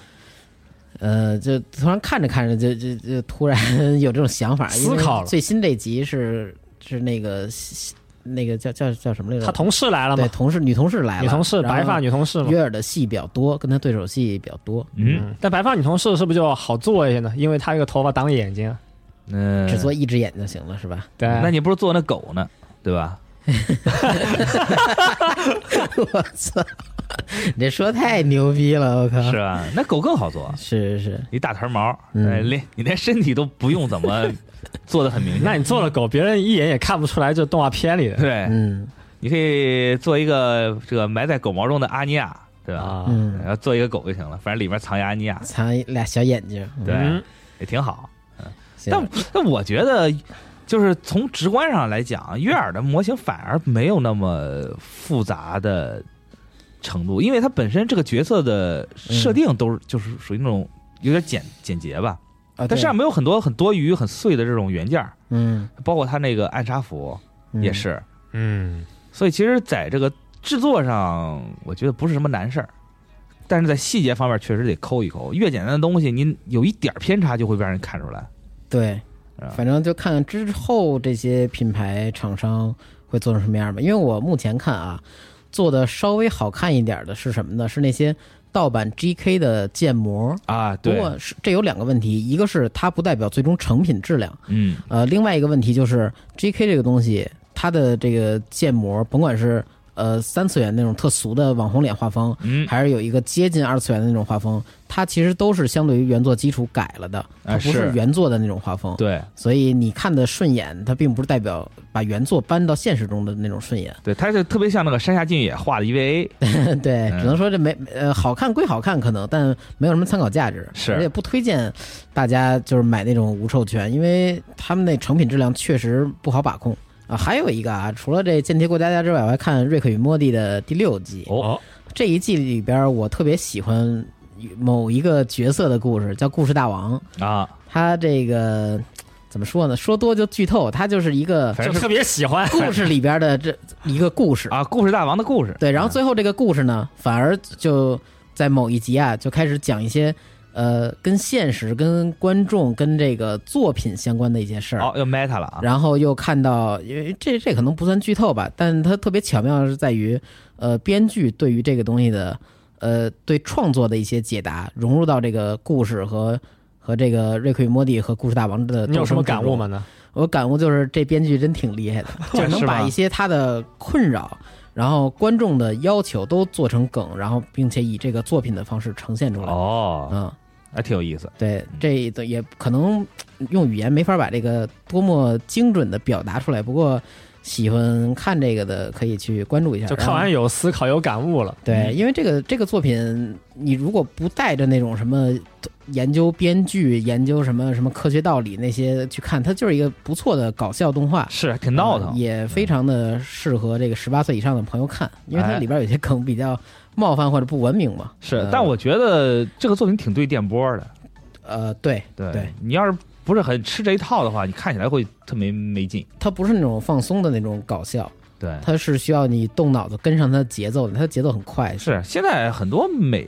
呃，就突然看着看着就就就突然 有这种想法，因为思考了最新这集是是那个西那个叫叫叫什么来着？他同事来了对嘛？同事女同事来了，女同事，然后白发女同事嘛约。尔的戏比较多，跟他对手戏比较多，嗯嗯，但白发女同事是不是就好做一些呢？因为她这个头发挡眼睛。啊嗯，只做一只眼就行了，是吧？ 对，那你不是做那狗呢，对吧？我操，你这说太牛逼了，我靠！是吧？那狗更好做，是是是，一大团毛，嗯哎连你连身体都不用怎么做的很 明那显。你做了狗，别人一眼也看不出来，这动画片 里的对，嗯你可以做一个这个埋在狗毛中的阿尼亚，对吧？啊。嗯然，后做一个狗就行了，反正里面藏一阿尼亚，藏一俩小眼睛，嗯对，嗯也挺好。行但但我觉得，就是从直观上来讲，悦耳的模型反而没有那么复杂的程度，因为它本身这个角色的设定都是、就是属于那种有点简简洁吧，啊，但对身上没有很多很多余、很碎的这种元件儿，嗯包括它那个暗杀服嗯也是。嗯，所以其实在这个制作上，我觉得不是什么难事儿，但是在细节方面确实得抠一抠。越简单的东西，您有一点儿偏差就会让人看出来。对是吧，反正就看看之后这些品牌厂商会做成什么样吧。因为我目前看啊，做的稍微好看一点的是什么呢？是那些盗版 GK 的建模。啊，不对，过是这有两个问题，一个是它不代表最终成品质量，嗯，呃，另外一个问题就是 GK 这个东西，它的这个建模，甭管是呃三次元那种特俗的网红脸画风，嗯还是有一个接近二次元的那种画风，它其实都是相对于原作基础改了的，它啊不是是原作的那种画风。对所以你看的顺眼，它并不是代表把原作搬到现实中的那种顺眼。对，它就特别像那个山下敬也画 的 EVA，对，嗯只能说这没呃好看归好看，可能但没有什么参考价值，是而且不推荐大家就是买那种无授权，因为他们那成品质量确实不好把控啊。还有一个啊，除了这《间谍过家家》之外，我还看《瑞克与莫蒂》的第六季，哦，这一季里边我特别喜欢某一个角色的故事，叫故事大王，啊，他这个。怎么说呢？说多就剧透，他就是一个反就正是特别喜欢。故事里边的这一个故事啊，故事大王的故事，嗯对，然后最后这个故事呢，反而就在某一集啊，就开始讲一些呃，跟现实、跟观众、跟这个作品相关的一些事儿。哦，又 meta 了啊！然后又看到，因为这这可能不算剧透吧，但它特别巧妙的是在于，呃，编剧对于这个东西的，呃，对创作的一些解答，融入到这个故事和和这个《瑞克与莫蒂》和《故事大王》的。 你有什么感悟吗？？呢？我感悟就是这编剧真挺厉害的，就是能是吧把一些他的困扰，然后观众的要求都做成梗，然后并且以这个作品的方式呈现出来。哦，嗯，还挺有意思。对，这个也可能用语言没法把这个多么精准的表达出来，不过喜欢看这个的可以去关注一下。就然看后完有思考有感悟了。对，因为这个这个作品，你如果不带着那种什么研究编剧、研究什么什么科学道理那些去看，它就是一个不错的搞笑动画。是挺闹呃腾，也非常的适合这个十八岁以上的朋友看，因为它哎里边有些梗比较冒犯或者不文明嘛。是呃，但我觉得这个作品挺对电波的。呃，对，对，对你要是不是很吃这一套的话，你看起来会特没没劲。它不是那种放松的那种搞笑，对，它是需要你动脑子跟上它的节奏的，它的节奏很快。是现在很多美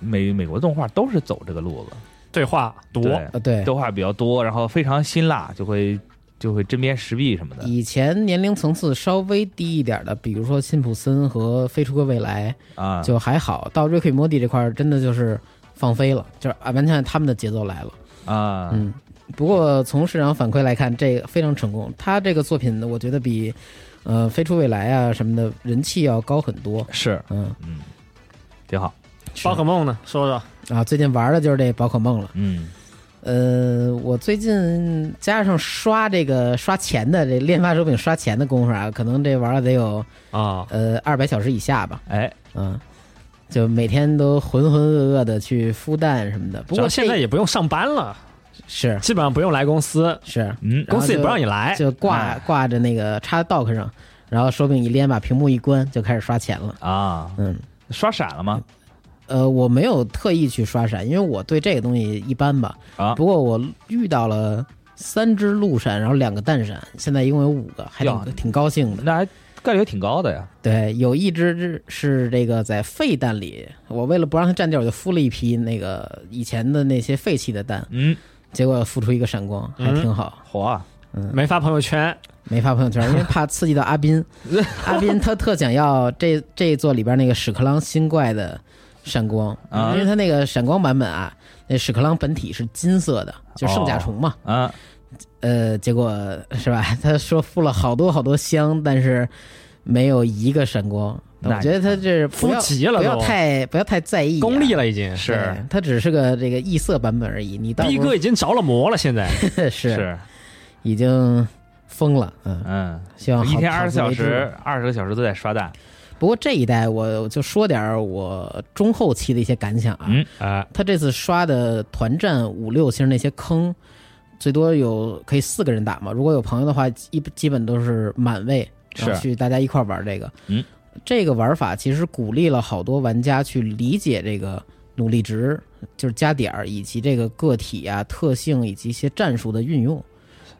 美美国动画都是走这个路子，对话多，对，呃，对，动画比较多，然后非常辛辣，就会就会针砭时弊什么的。以前年龄层次稍微低一点的，比如说辛普森和《飞出个未来啊》，就还好，到瑞克与莫蒂这块儿真的就是放飞了，就是啊，完全按他们的节奏来了。啊，嗯，不过从市场反馈来看，这个非常成功。他这个作品，我觉得比呃《飞出未来啊》什么的人气要高很多。是，嗯，嗯，挺好，宝可梦呢？说说啊，最近玩的就是这宝可梦了。嗯，呃，我最近加上刷这个刷钱的这练发手柄刷钱的功夫啊，可能这玩了得有啊，呃二百小时以下吧。哎，嗯，就每天都浑浑噩噩的去孵蛋什么的。不主过要现在这也不用上班了，是基本上不用来公司，是嗯，然后公司也就不让你来，就挂哎挂着那个插 dock 上，然后手柄一连，把屏幕一关，就开始刷钱了。啊，嗯，刷闪了吗？呃，我没有特意去刷闪，因为我对这个东西一般吧。啊不过我遇到了三只鹿闪，然后两个蛋闪，现在一共有五个，还呀挺挺高兴的。那还概率挺高的呀。对，有一只是这个在废蛋里，我为了不让它占地儿，我就孵了一批那个以前的那些废弃的蛋，嗯，结果孵出一个闪光，还挺好。火啊，没发朋友圈，没发朋友圈，因为怕刺激到阿 斌。阿斌他特想要这这一座里边那个屎壳郎新怪的闪光，啊因为他那个闪光版本啊，那屎壳郎本体是金色的，就是圣甲虫嘛。啊，呃，结果是吧？ 他说付了好多好多箱，但是没有一个闪光。我那觉得他这不要肤急了不要都太不要太在意、啊功利。了已经。对，他只是个这个异色版本而已。你到逼哥已经着了魔了，现在 是是，已经疯了，嗯，嗯，希望好一天好二十自四小为之时，二十个小时都在刷蛋。不过这一代我就说点儿我中后期的一些感想啊。嗯啊，他这次刷的团战五六星那些坑，最多有可以四个人打嘛。如果有朋友的话，一基本都是满位，然后是去大家一块儿玩这个。嗯，这个玩法其实鼓励了好多玩家去理解这个努力值，就是加点儿以及这个个体啊特性以及一些战术的运用。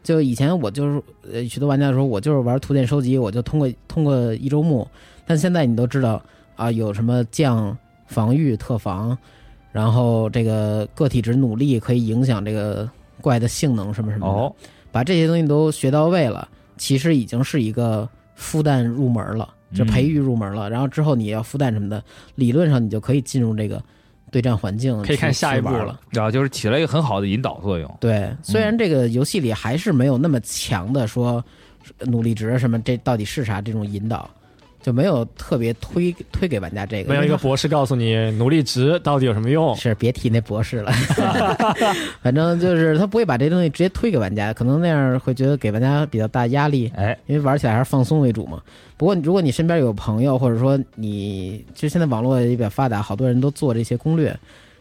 就以前我就是呃，许多玩家说我就是玩图鉴收集，我就通过通过一周目。但现在你都知道啊，有什么降防御、特防，然后这个个体值努力可以影响这个怪的性能什么什么的。哦，把这些东西都学到位了，其实已经是一个孵蛋入门了，嗯就培育入门了。然后之后你要孵蛋什么的，理论上你就可以进入这个对战环境去，可以看下一去玩步了了。然后就是起了一个很好的引导作用。嗯对，虽然这个游戏里还是没有那么强的说呃努力值什么，这到底是啥这种引导，就没有特别推推给玩家这个，没有一因为个它博士告诉你努力值到底有什么用。是别提那博士了， 反正就是他不会把这东西直接推给玩家，可能那样会觉得给玩家比较大压力，哎，因为玩起来还是放松为主嘛。不过如果你身边有朋友，或者说你就现在网络也比较发达，好多人都做这些攻略，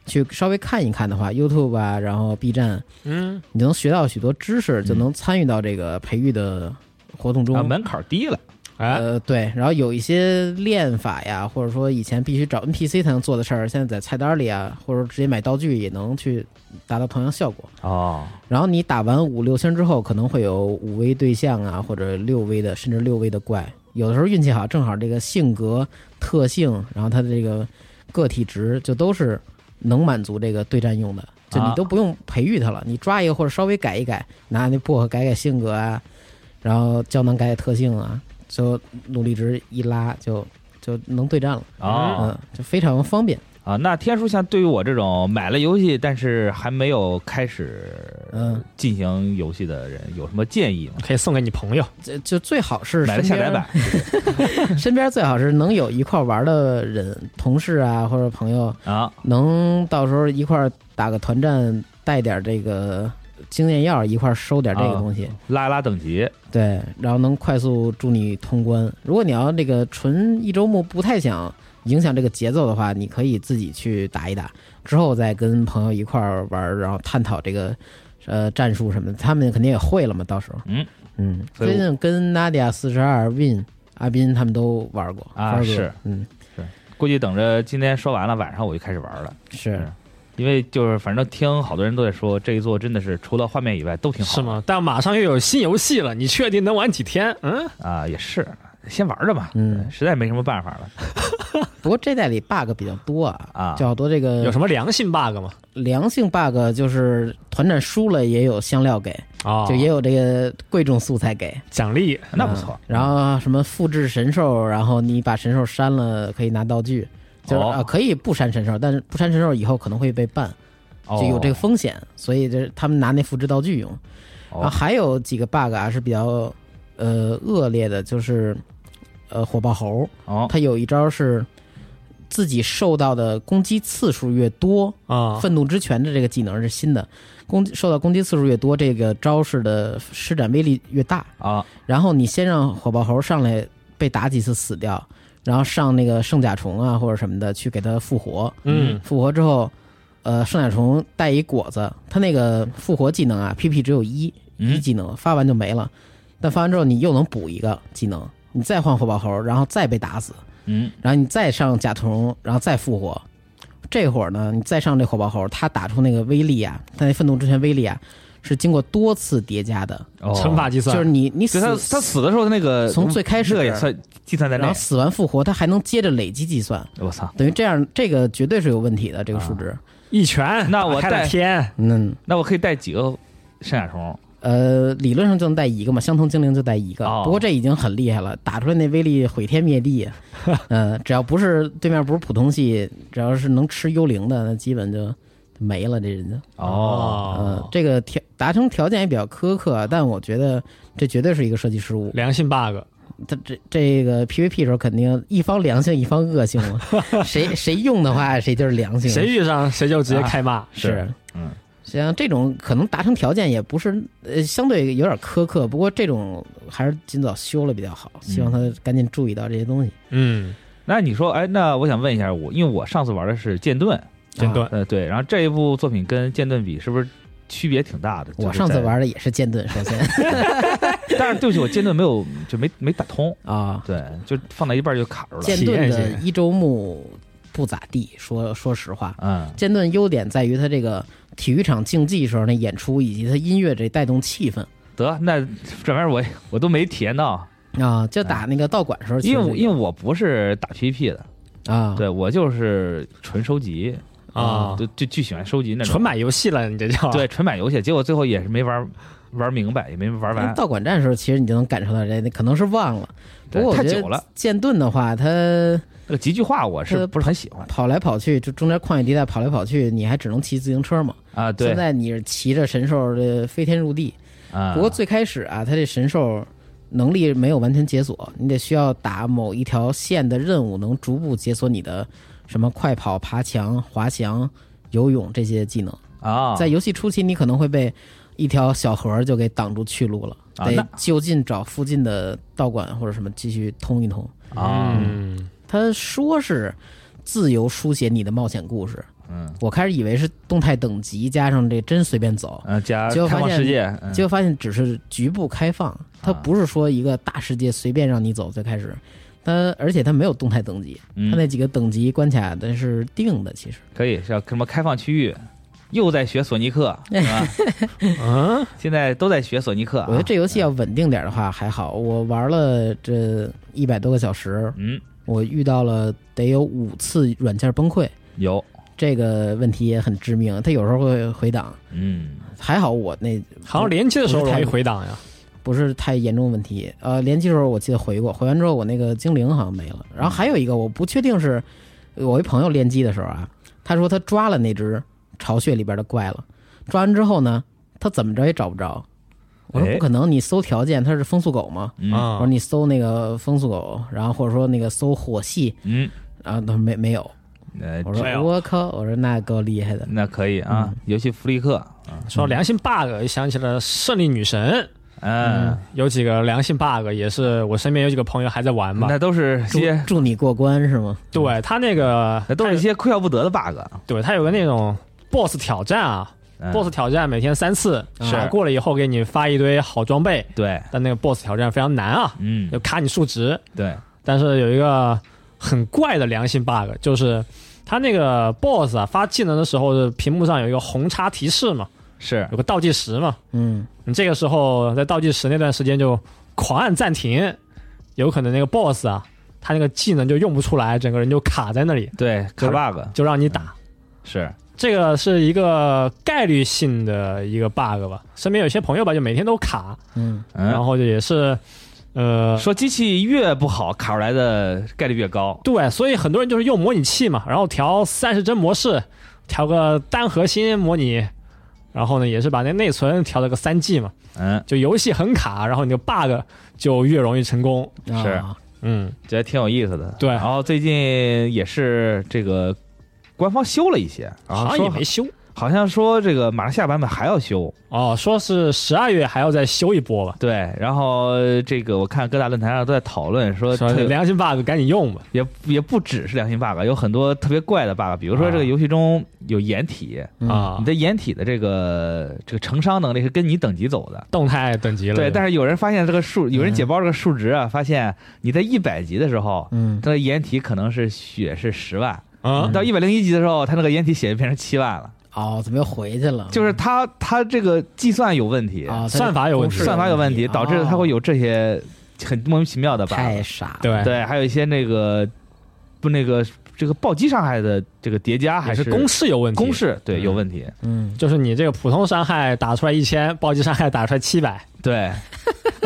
去稍微看一看的话，YouTube 啊，然后 B 站，嗯，你能学到许多知识，就能参与到这个培育的活动中。啊，门槛低了。哎，呃，对，然后有一些练法呀，或者说以前必须找 NPC 才能做的事儿，现在在菜单里啊，或者直接买道具也能去达到同样效果。哦，然后你打完五六星之后，可能会有五威对象啊，或者六威的，甚至六威的怪。有的时候运气好，正好这个性格特性，然后它的这个个体值就都是能满足这个对战用的，就你啊都不用培育它了，你抓一个或者稍微改一改，拿那薄荷改改性格啊，然后胶囊改改特性啊，就努力值一拉就就能对战了，哦嗯，就非常方便。啊，那天书像对于我这种买了游戏但是还没有开始嗯进行游戏的人，有什么建议吗？可以送给你朋友。这就最好是买了身下边载版，身边最好是能有一块玩的人，同事啊或者朋友，啊，能到时候一块儿打个团战，带点这个经验药，一块儿收点这个东西，拉一拉等级对，然后能快速助你通关。如果你要这个纯一周目不太想影响这个节奏的话，你可以自己去打一打，之后再跟朋友一块儿玩儿，然后探讨这个。呃，战术什么的，他们肯定也会了嘛。到时候，嗯嗯，所以最我近跟 Nadia 四十二、Win、阿斌他们都玩过啊花哥是嗯，估计等着今天说完了，晚上我就开始玩了。是是因为就是反正听好多人都在说这一座真的是除了画面以外都挺好是吗？但马上又有新游戏了，你确定能玩几天？嗯，啊，也是先玩着吧，哎嗯实在没什么办法了不过这代里 bug 比较多啊，啊就好多这个有什么良性 bug 吗？良性 bug，就是团战输了也有香料给，啊就也有这个贵重素材给，奖励那不错嗯。然后什么复制神兽，然后你把神兽删了可以拿道具，就是、哦啊可以不删神兽，但是不删神兽以后可能会被办，哦就有这个风险，所以这是他们拿那复制道具用。然后哦还有几个 bug 啊是比较呃恶劣的，就是呃火爆猴，哦它有一招是自己受到的攻击次数越多，哦啊，愤怒之泉的这个技能是新的，攻击受到攻击次数越多，这个招式的施展威力越大。啊然后你先让火爆猴上来被打几次死掉，然后上那个圣甲虫啊或者什么的去给它复活。嗯复活之后，呃，圣甲虫带一果子，它那个复活技能啊，PP 只有一一嗯技能，发完就没了。但发完之后你又能补一个技能，你再换火爆猴，然后再被打死。嗯然后你再上甲虫，然后再复活。这会儿呢，你再上这火爆猴，它打出那个威力啊，它那愤怒之泉威力啊，是经过多次叠加的，哦乘法计就算是你你就死他他死的时候他那个嗯从最开始这个也算计算在内然后。死完复活，它还能接着累积计算，我操！等于这样这个绝对是有问题的这个数啊值。一拳，那我打开了带天，嗯，那我可以带几个圣甲虫？呃，理论上就能带一个嘛，相同精灵就带一个，哦不过这已经很厉害了，打出来那威力毁天灭 地。嗯、只要不是对面不是普通系，只要是能吃幽灵的，那基本就没了这人就。哦，嗯，这个条达成条件也比较苛刻，啊但我觉得这绝对是一个设计失误。良性 bug，它这这个 PVP 时候肯定一方良性一方恶性 嘛，谁谁用的话谁就是良性。谁遇上谁就直接开骂。是？嗯，像这种可能达成条件也不是呃相对有点苛刻，不过这种还是尽早修了比较好。希望他赶紧注意到这些东西。嗯，那你说，哎，那我想问一下，我因为我上次玩的是剑盾，真啊对，呃，对，然后这一部作品跟剑盾比，是不是区别挺大的？我就是上次在，玩的也是剑盾，首 先但是对不起，我剑盾没有就没没打通，啊，对，就放到一半就卡住了。剑体盾验一下的一周目不咋地，说说实话，嗯剑盾优点在于它这个体育场竞技时候那演出，以及它音乐这带动气氛得，那这玩意儿我我都没体验到，啊。就打那个道馆时候其实哎因有，为我因为我不是打 PVP 的，啊，对我就是纯收集啊就就巨喜欢收集那种纯买游戏了，你这叫对纯买游戏，结果最后也是没玩玩明白，也没玩因为完，道馆战的时候，其实你就能感受到这，可能是忘了。不对过我太觉久了得。剑盾的话，它那个极具化我是呃不是很喜欢跑来跑去，就中间旷野地带跑来跑去，你还只能骑自行车嘛。啊？对现，在你是骑着神兽的飞天入地。啊不过最开始啊，它这神兽能力没有完全解锁，你得需要打某一条线的任务，能逐步解锁你的什么快跑、爬墙、滑翔、游泳这些技能。啊，在游戏初期，你可能会被一条小河儿就给挡住去路了，啊得那就近找附近的道馆或者什么继续通一通。啊，嗯，他说是自由书写你的冒险故事，嗯我开始以为是动态等级加上这真随便走，嗯，加结果开发放现世界，嗯结果发现只是局部开放，它不是说一个大世界随便让你走。最开始，它而且它没有动态等级，它那嗯，几个等级关卡的是定的，其实可以是要什么开放区域。又在学索尼克，是吧？嗯，现在都在学索尼克啊。我觉得这游戏要稳定点的话还好。我玩了这一百多个小时，嗯我遇到了得有五次软件崩溃，有这个问题也很致命，它有时候会回档。嗯，还好我那好像连期的时候容易回档呀。不是太严重的问题。呃，联机时候我记得回过，回完之后我那个精灵好像没了。然后还有一个我不确定是，我一朋友练机的时候啊，他说他抓了那只巢穴里边的怪了，抓完之后呢，他怎么着也找不着。我说哎不可能，你搜条件，它是风速狗吗？嗯我啊说，你搜那个风速狗，然后或者说那个搜火系，嗯，然后他说没没有。呃，我没说有我靠，我说那够厉害的。那可以嗯啊，游戏福利课，说到良心 bug，想起了胜利女神，嗯，有几个良心 bug，也是我身边有几个朋友还在玩嘛那。都是祝些，祝你过关是吗？对他那个那都是一些哭笑不得的 bug 啊。对他有个那种 boss 挑战啊、嗯 b o s s 挑战每天三次，是打过了以后给你发一堆好装备，对，但那个 boss 挑战非常难啊，嗯就，卡你数值。对，但是有一个很怪的良心 bug，就是他那个 boss 啊发技能的时候，屏幕上有一个红叉提示嘛，是有个倒计时嘛，嗯，你这个时候在倒计时那段时间就狂按暂停，有可能那个 boss 啊，他那个技能就用不出来，整个人就卡在那里，对卡是 bug 就让你打。嗯是，这个是一个概率性的一个 bug 吧。身边有些朋友吧，就每天都卡，嗯，然嗯，后也是，呃，说机器越不好，卡出来的概率越高。对，所以很多人就是用模拟器嘛，然后调三十帧模式，调个单核心模拟，然后呢，也是把那内存调了个三 G 嘛，嗯，就游戏很卡，然后你的 bug 就越容易成功。是啊嗯，觉得挺有意思的。对然后最近也是这个官方修了一些，然好后像也啊说没修。好像说这个马来西亚版本还要修，哦，说是十二月还要再修一波吧，对。然后这个我看各大论坛上都在讨论说说特别呃良心 bug 赶紧用吧。也也不只是良心 bug，有很多特别怪的 bug，比如说这个游戏中有掩体，嗯啊你，的掩体的这个这个承伤能力是跟你等级走的。动态等级了。对，但是是有人发现这个数，有人解包这个数值啊，发现你在一百级的时候，嗯它的掩体可能是血是十万，啊，到一百零一级的时候，它那个掩体血就变成七万了，哦，怎么又回去了？就是它它这个计算有问题，啊，它算法有问题公式算法有问题，导致它会有有这些很莫名其妙的哦 bug。太傻了。对对，还有一些那个不那个这个暴击伤害的这个叠加还还是公式有问题。公式对嗯有问题，嗯，就是你这个普通伤害打出来一千，暴击伤害打出来七百。对，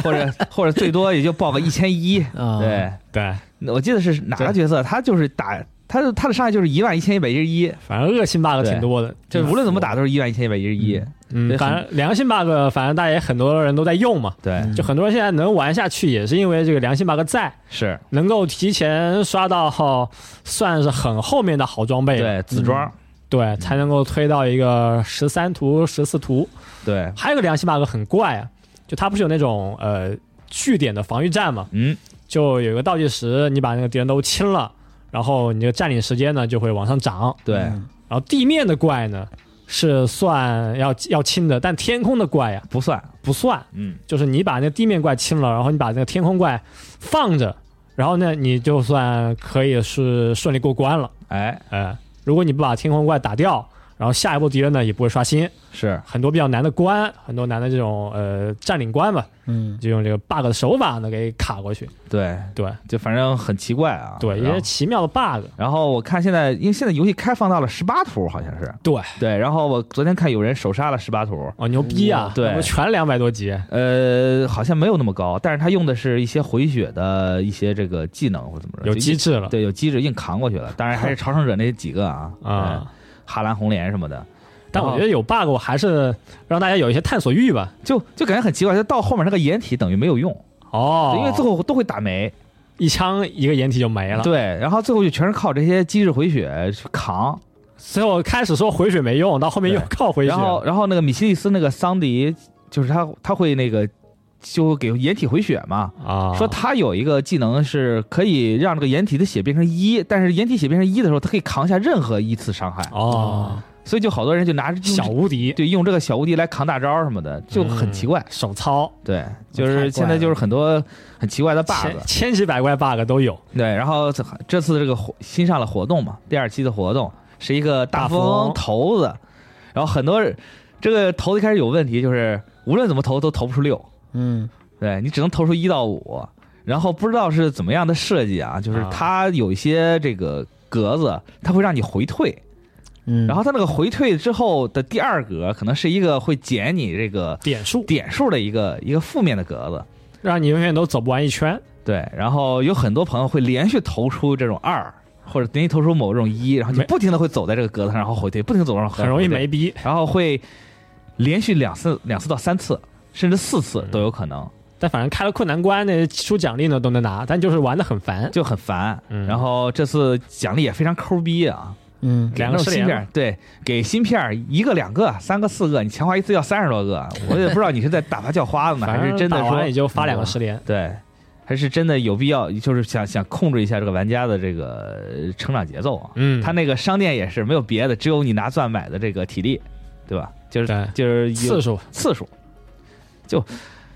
或者或者最多也就报个一千一，啊，对，对，我记得是哪个角色，他就是打他的他的伤害就是一万一千一百一十一，反正恶性 bug 对挺多的。就无论怎么打都是一万一千一百一十一，对嗯，反正良性 bug，反正大家也很多人都在用嘛。对，嗯就很多人现在能玩下去，也是因为这个良性 bug 在，是能够提前刷到号，算是很后面的好装备了，对紫装，对，才能够推到一个十三图、十四图。对，还有一个良性 bug 很怪啊，就它不是有那种呃据点的防御战嘛，嗯，就有一个倒计时，你把那个敌人都清了，然后你这个占领时间呢就会往上涨。对，嗯然后地面的怪呢是算要要清的，但天空的怪呀、不算，不算，嗯，就是你把那地面怪清了，然后你把那个天空怪放着，然后呢你就算可以是顺利过关了。哎，哎，如果你不把天空怪打掉，然后下一波敌人呢也不会刷新，是很多比较难的关，很多难的这种呃占领关吧，嗯，就用这个 bug 的手法呢给卡过去。对，对就反正很奇怪啊，对，一然后些奇妙的 bug。然后我看现在，因为现在游戏开放到了十八图，好像是对，对。然后我昨天看有人手杀了十八图，哦，牛逼啊！嗯对那不全两百多级，呃，好像没有那么高，但是他用的是一些回血的一些这个技能或怎么着，有就机硬制了。对有机制硬扛过去了。当 然还是朝圣者那几个啊，啊对，哈兰红莲什么的，但我觉得有 bug，我还是让大家有一些探索欲吧。就就感觉很奇怪，就到后面那个掩体等于没有用，哦对因为最后都会打没，一枪一个掩体就没了。，对，然后最后就全是靠这些机制回血去扛。所以我开始说回血没用，到后面又对靠回血然。后然后那个米西利斯那个桑迪，就是他他会那个就给掩体回血嘛，啊，说他有一个技能是可以让这个掩体的血变成一，但是掩体血变成一的时候，他可以扛下任何一次伤害，哦，所以就好多人就拿着用小嗯无敌对用这个小无敌来扛大招什么的，就很奇怪。手操，对，就是现在了就是很多很奇怪的 bug 千。千奇百怪 bug 都有。对，然后这这次这个活新上了活动嘛，第二期的活动是一个大大富富翁翁头子，然后很多人这个头子一开始有问题，就是无论怎么投都投不出六。嗯对你只能投出一到五，然后不知道是怎么样的设计啊，就是啊它有一些这个格子，它会让你回退，嗯，然后它那个回退之后的第二格，可能是一个会减你这个点数，点数的一个一个负面的格子。让你永远都走不完一圈。对，然后有很多朋友会连续投出这种二，或者连续投出某种一，然后你没不停的会走在这个格子上，然后回退，不停地走上，很容易回退没逼。然后会连续两次、两次到三次，甚至四次都有可能，但反正开了困难关，那出奖励呢都能拿，但就是玩的很烦。就很烦。嗯然后这次奖励也非常抠逼啊，嗯两个给失那种芯联片儿，对，给芯片儿一个、两个、三个、四个，你强化一次要三十多个，我也不知道你是在打发叫花子呢，反还正是真的打完说嗯也就发两个失联。对。还是真的有必要，就是想想控制一下这个玩家的这个呃成长节奏啊。嗯，他那个商店也是没有别的，只有你拿钻买的这个体力，对吧？就是对就是有次数次数，就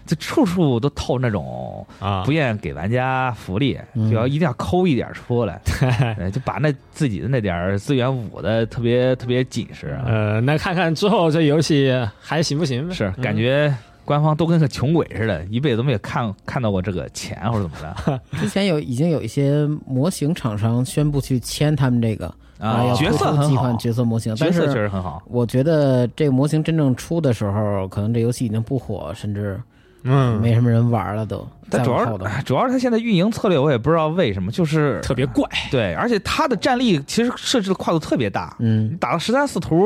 就处处都透那种啊不，愿给玩家福利，嗯就要一定要抠一点出来， 呃就把那自己的那点儿资源捂的特别特别紧实啊，呃，那看看之后这游戏还行不行呗？是嗯感觉。官方都跟个穷鬼似的，一辈子都没有看看到过这个钱或者怎么的之前有已经有一些模型厂商宣布去签他们这个然后啊，要角色推出很几好款，角色模型，角但色确是实很好，我觉得这个模型真正出的时候，可能这游戏已经不火，甚至嗯，没什么人玩了都。但再主要往后的话主要是他现在运营策略我也不知道为什么，就是特别怪，对，而且他的战力其实设置的跨度特别大，你嗯打到十三四图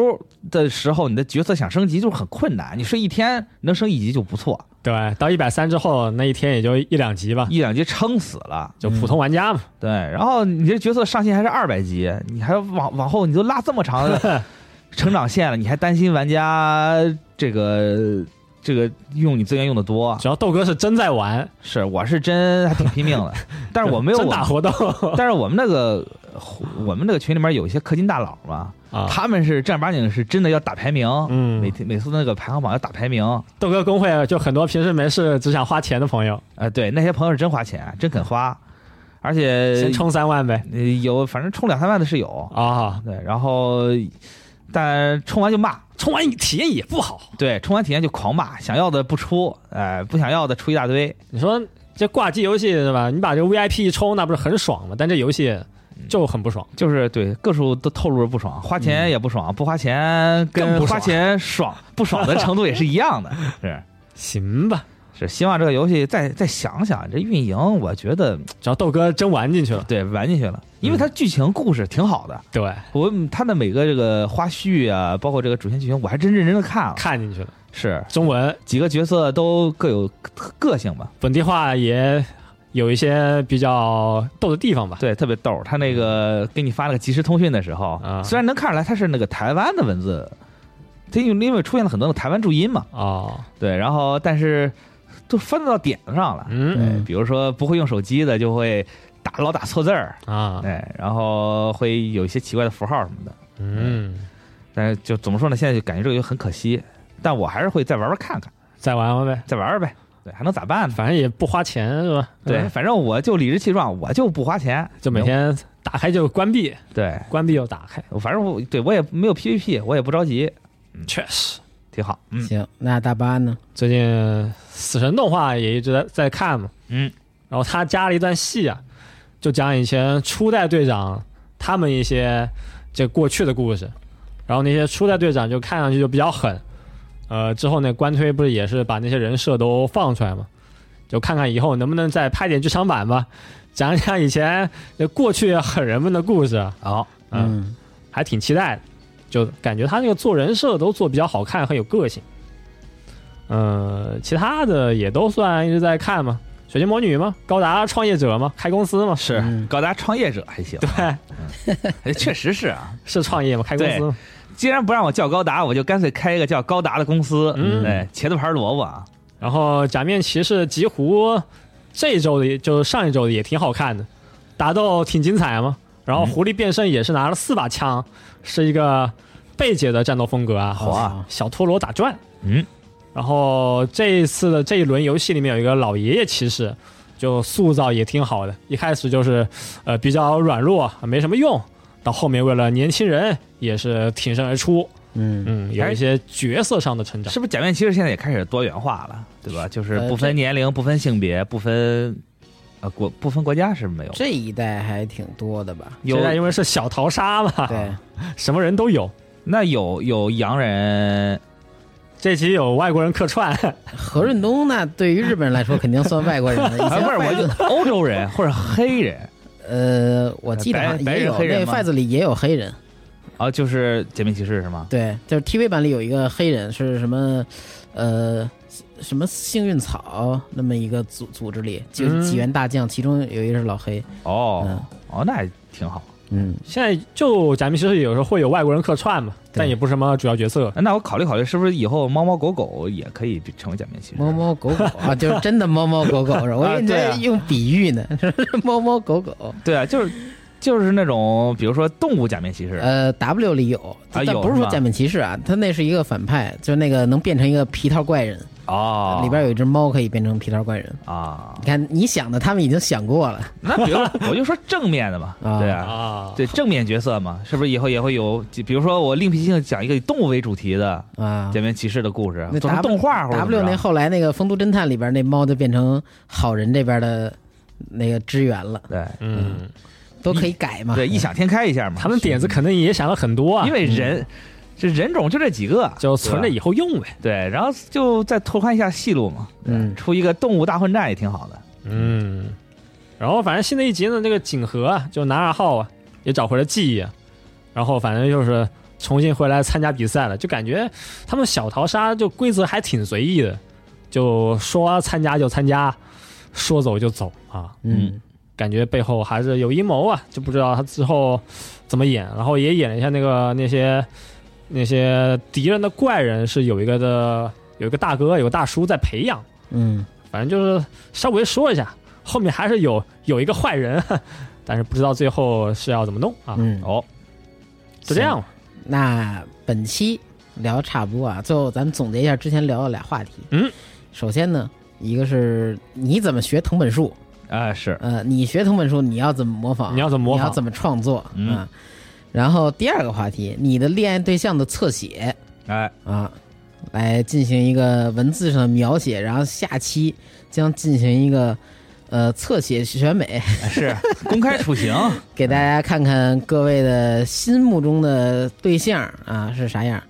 的时候，你的角色想升级就是很困难，你睡一天能升一级就不错，对，到一百三之后那一天也就一两级吧，一两级撑死了。就普通玩家嘛。对，然后你这角色上限还是二百级，你还要往往后你都拉这 么长的成长线了，你还担心玩家这个这个用你资源用的多？主要豆哥是真在玩，是，我是真还挺拼命的，但是我没有真我打活动但是我们那个我们那个群里面有一些氪金大佬嘛， 啊。他们是正儿八经是真的要打排名，嗯每天每次那个排行榜要打排名。豆哥公会就很多平时没事只想花钱的朋友，呃，对，那些朋友是真花钱，真肯花，而且先充三万呗呃有，反正充两三万的是有，啊，对，然后但充完就骂，充完体验也不好。对，充完体验就狂骂，想要的不出，哎、不想要的出一大堆，你说这挂机游戏是吧？你把这个 VIP 一充，那不是很爽吗？但这游戏就很不爽，就是对各处都透露着不爽，花钱也不爽，不花钱嗯更跟不花爽钱爽不爽的程度也是一样 的，是行吧？是，希望这个游戏再再想想这运营，我觉得只要豆哥真玩进去了，对玩进去了，因为嗯它剧情故事挺好的。对，我他的每个这个花絮啊，包括这个主线剧情，我还真认真的看了。看进去了，是中文几个角色都各有个性吧？本地化也有一些比较逗的地方吧。对，特别逗。他那个给你发那个即时通讯的时候，嗯啊虽然能看出来他是那个台湾的文字，他因为因为出现了很多的台湾注音嘛，哦，对，然后但是都分到点子上了。嗯对，比如说不会用手机的就会打老打错字儿，啊，哎，然后会有一些奇怪的符号什么的。嗯，但是就怎么说呢？现在就感觉这个游戏很可惜，但我还是会再玩玩看看。再玩玩呗，再玩玩呗。对，还能咋办呢？反正也不花钱是吧？对，嗯，反正我就理直气壮，我就不花钱，就每天打开就关闭，对，关闭又打开，反正我对我也没有 PVP，我也不着急，确实。挺好。嗯行，那大巴呢？最近《死神》动画也一直在在看嘛，嗯，然后他加了一段戏啊，就讲以前初代队长他们一些这过去的故事，然后那些初代队长就看上去就比较狠，呃，之后那官推不是也是把那些人设都放出来嘛，就看看以后能不能再拍点剧场版吧，讲讲以前那过去狠人们的故事，好，嗯，嗯还挺期待的，就感觉他那个做人设都做比较好看，很有个性。呃，其他的也都算一直在看嘛，《水晶魔女》嘛，《高达创业者》嘛，开公司嘛，是嗯高达创业者还行，啊对，哎确实是啊。是创业嘛，开公司嘛。既然不让我叫高达，我就干脆开一个叫高达的公司。嗯对，茄子盘萝卜啊，然后《假面骑士极狐》这一周的也，就是上一周的也挺好看的，打斗挺精彩嘛。然嗯后狐狸变身也是拿了四把枪，是一个贝姐的战斗风格啊，好啊，小陀螺打转。嗯，然后这一次的这一轮游戏里面有一个老爷爷骑士，就塑造也挺好的。一开始就是呃比较软弱，没什么用，到后面为了年轻人也是挺身而出。嗯，嗯，哎有一些角色上的成长。是不是假面骑士现在也开始多元化了，对吧？就是呃不分这年龄、不分性别、不分啊，国不分国家是没有，这一代还挺多的吧？有现在因为是小淘沙啊嘛，对，什么人都有。那有有洋人，这期有外国人客串， 何润东那对于日本人来说肯定算外国人 了。以啊前 不是我筷就子欧洲人或者黑人呃，我记得好像白白也人有黑人那吗筷子里也有黑人，啊，就是假面骑士是吗？对，就是 TV 版里有一个黑人是什么，呃，什么幸运草那么一个组组织里，就嗯几员大将，其中有一个是老黑，哦哦，那还挺好。嗯，现在就假面骑士有时候会有外国人客串嘛，但也不是什么主要角色。那我考虑考虑，是不是以后猫猫狗狗也可以成为假面骑士？猫猫狗狗啊，就是真的猫猫狗狗是吧？我以啊为你对在啊用比喻呢， 猫猫狗狗，对啊，就是就是那种比如说动物假面骑士，呃，W 里有，但啊有不是是说吧假面骑士啊，他那是一个反派，就是那个能变成一个皮套怪人，哦，里边有一只猫可以变成皮套怪人。啊你，看，你想的他们已经想过了，那 比如我就说正面的嘛，啊对啊，啊，对正面角色嘛，是不是以后也会有？比如说我另辟蹊径讲一个以动物为主题的啊假。面骑士的故事那，做成 W- 动画或者怎 W 么那着后来那个《丰都侦探》里边那猫就变成好人这边的那个支援了，对嗯，都可以改嘛。对异想天开一下嘛他，们点子肯定也想了很多啊， 因为人这人种就这几个，就存着对吧以后用呗。对，啊然后就再拓宽一下戏路嘛，对嗯出一个动物大混战也挺好的。嗯，然后反正新的一集呢，这个景和啊，就男二号啊，也找回了记忆啊，然后反正就是重新回来参加比赛了，就感觉他们小淘沙就规则还挺随意的，就说参加就参加，说走就走啊，嗯，感觉背后还是有阴谋啊，就不知道他之后怎么演，然后也演了一下那个那些那些敌人的怪人是有一个的有一个大哥有个大叔在培养。嗯反正就是稍微说一下，后面还是有有一个坏人， 但是不知道最后是要怎么弄啊。嗯。哦，就这样吧，那本期聊差不多啊，最后咱们总结一下之前聊的俩话题。嗯，首先呢，一个是你怎么学藤本树，啊是，呃，你学藤本树你要怎么模仿，你要怎么模你仿？要怎么创作啊、嗯然后第二个话题，你的恋爱对象的侧写，哎，啊，来进行一个文字上的描写，然后下期将进行一个呃侧写选美， 是公开处刑，给大家看看各位的心目中的对象啊是啥样，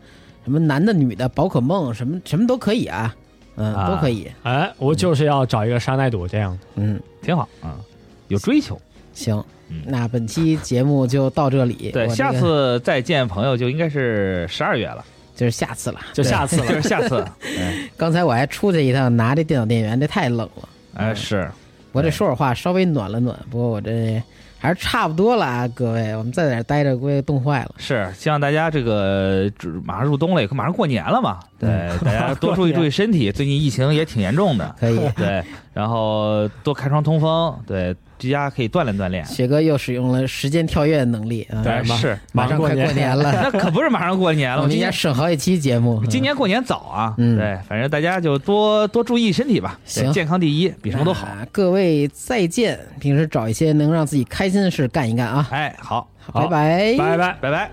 什么男的、女的、宝可梦，什么什么都可以啊，嗯、啊都可以，哎，我就是要找一个沙奈朵这样的。嗯，挺好啊、嗯有追求。行嗯，那本期节目就到这里，我对，这个下次再见朋友就应该是十二月了，就是下次了。就下次就了，是下次。哎刚才我还出去一趟，拿这电脑电源，这太冷了。哎，是，我这说会儿话稍微暖了暖，不过我这还是差不多了啊，各位，我们在哪儿待着，估计冻坏了。是，希望大家这个这马上入冬了，也快马上过年了嘛，对，嗯大家多注意注意身体。最近疫情也挺严 重的，，可以 对，然后多开窗通风，对，居家可以锻炼锻炼。雪哥又使用了时间跳跃的能力啊！对，马是，马上快马上过年过年 了，那可不是马上过年我了，们今应 该年省好几期节目。今年过年早啊，嗯对，反正大家就多多注意身体吧，对行哎健康第一，比什么都好。那啊各位再见，平时找一些能让自己开心的事干一干啊！哎，好，拜拜，拜拜。拜拜。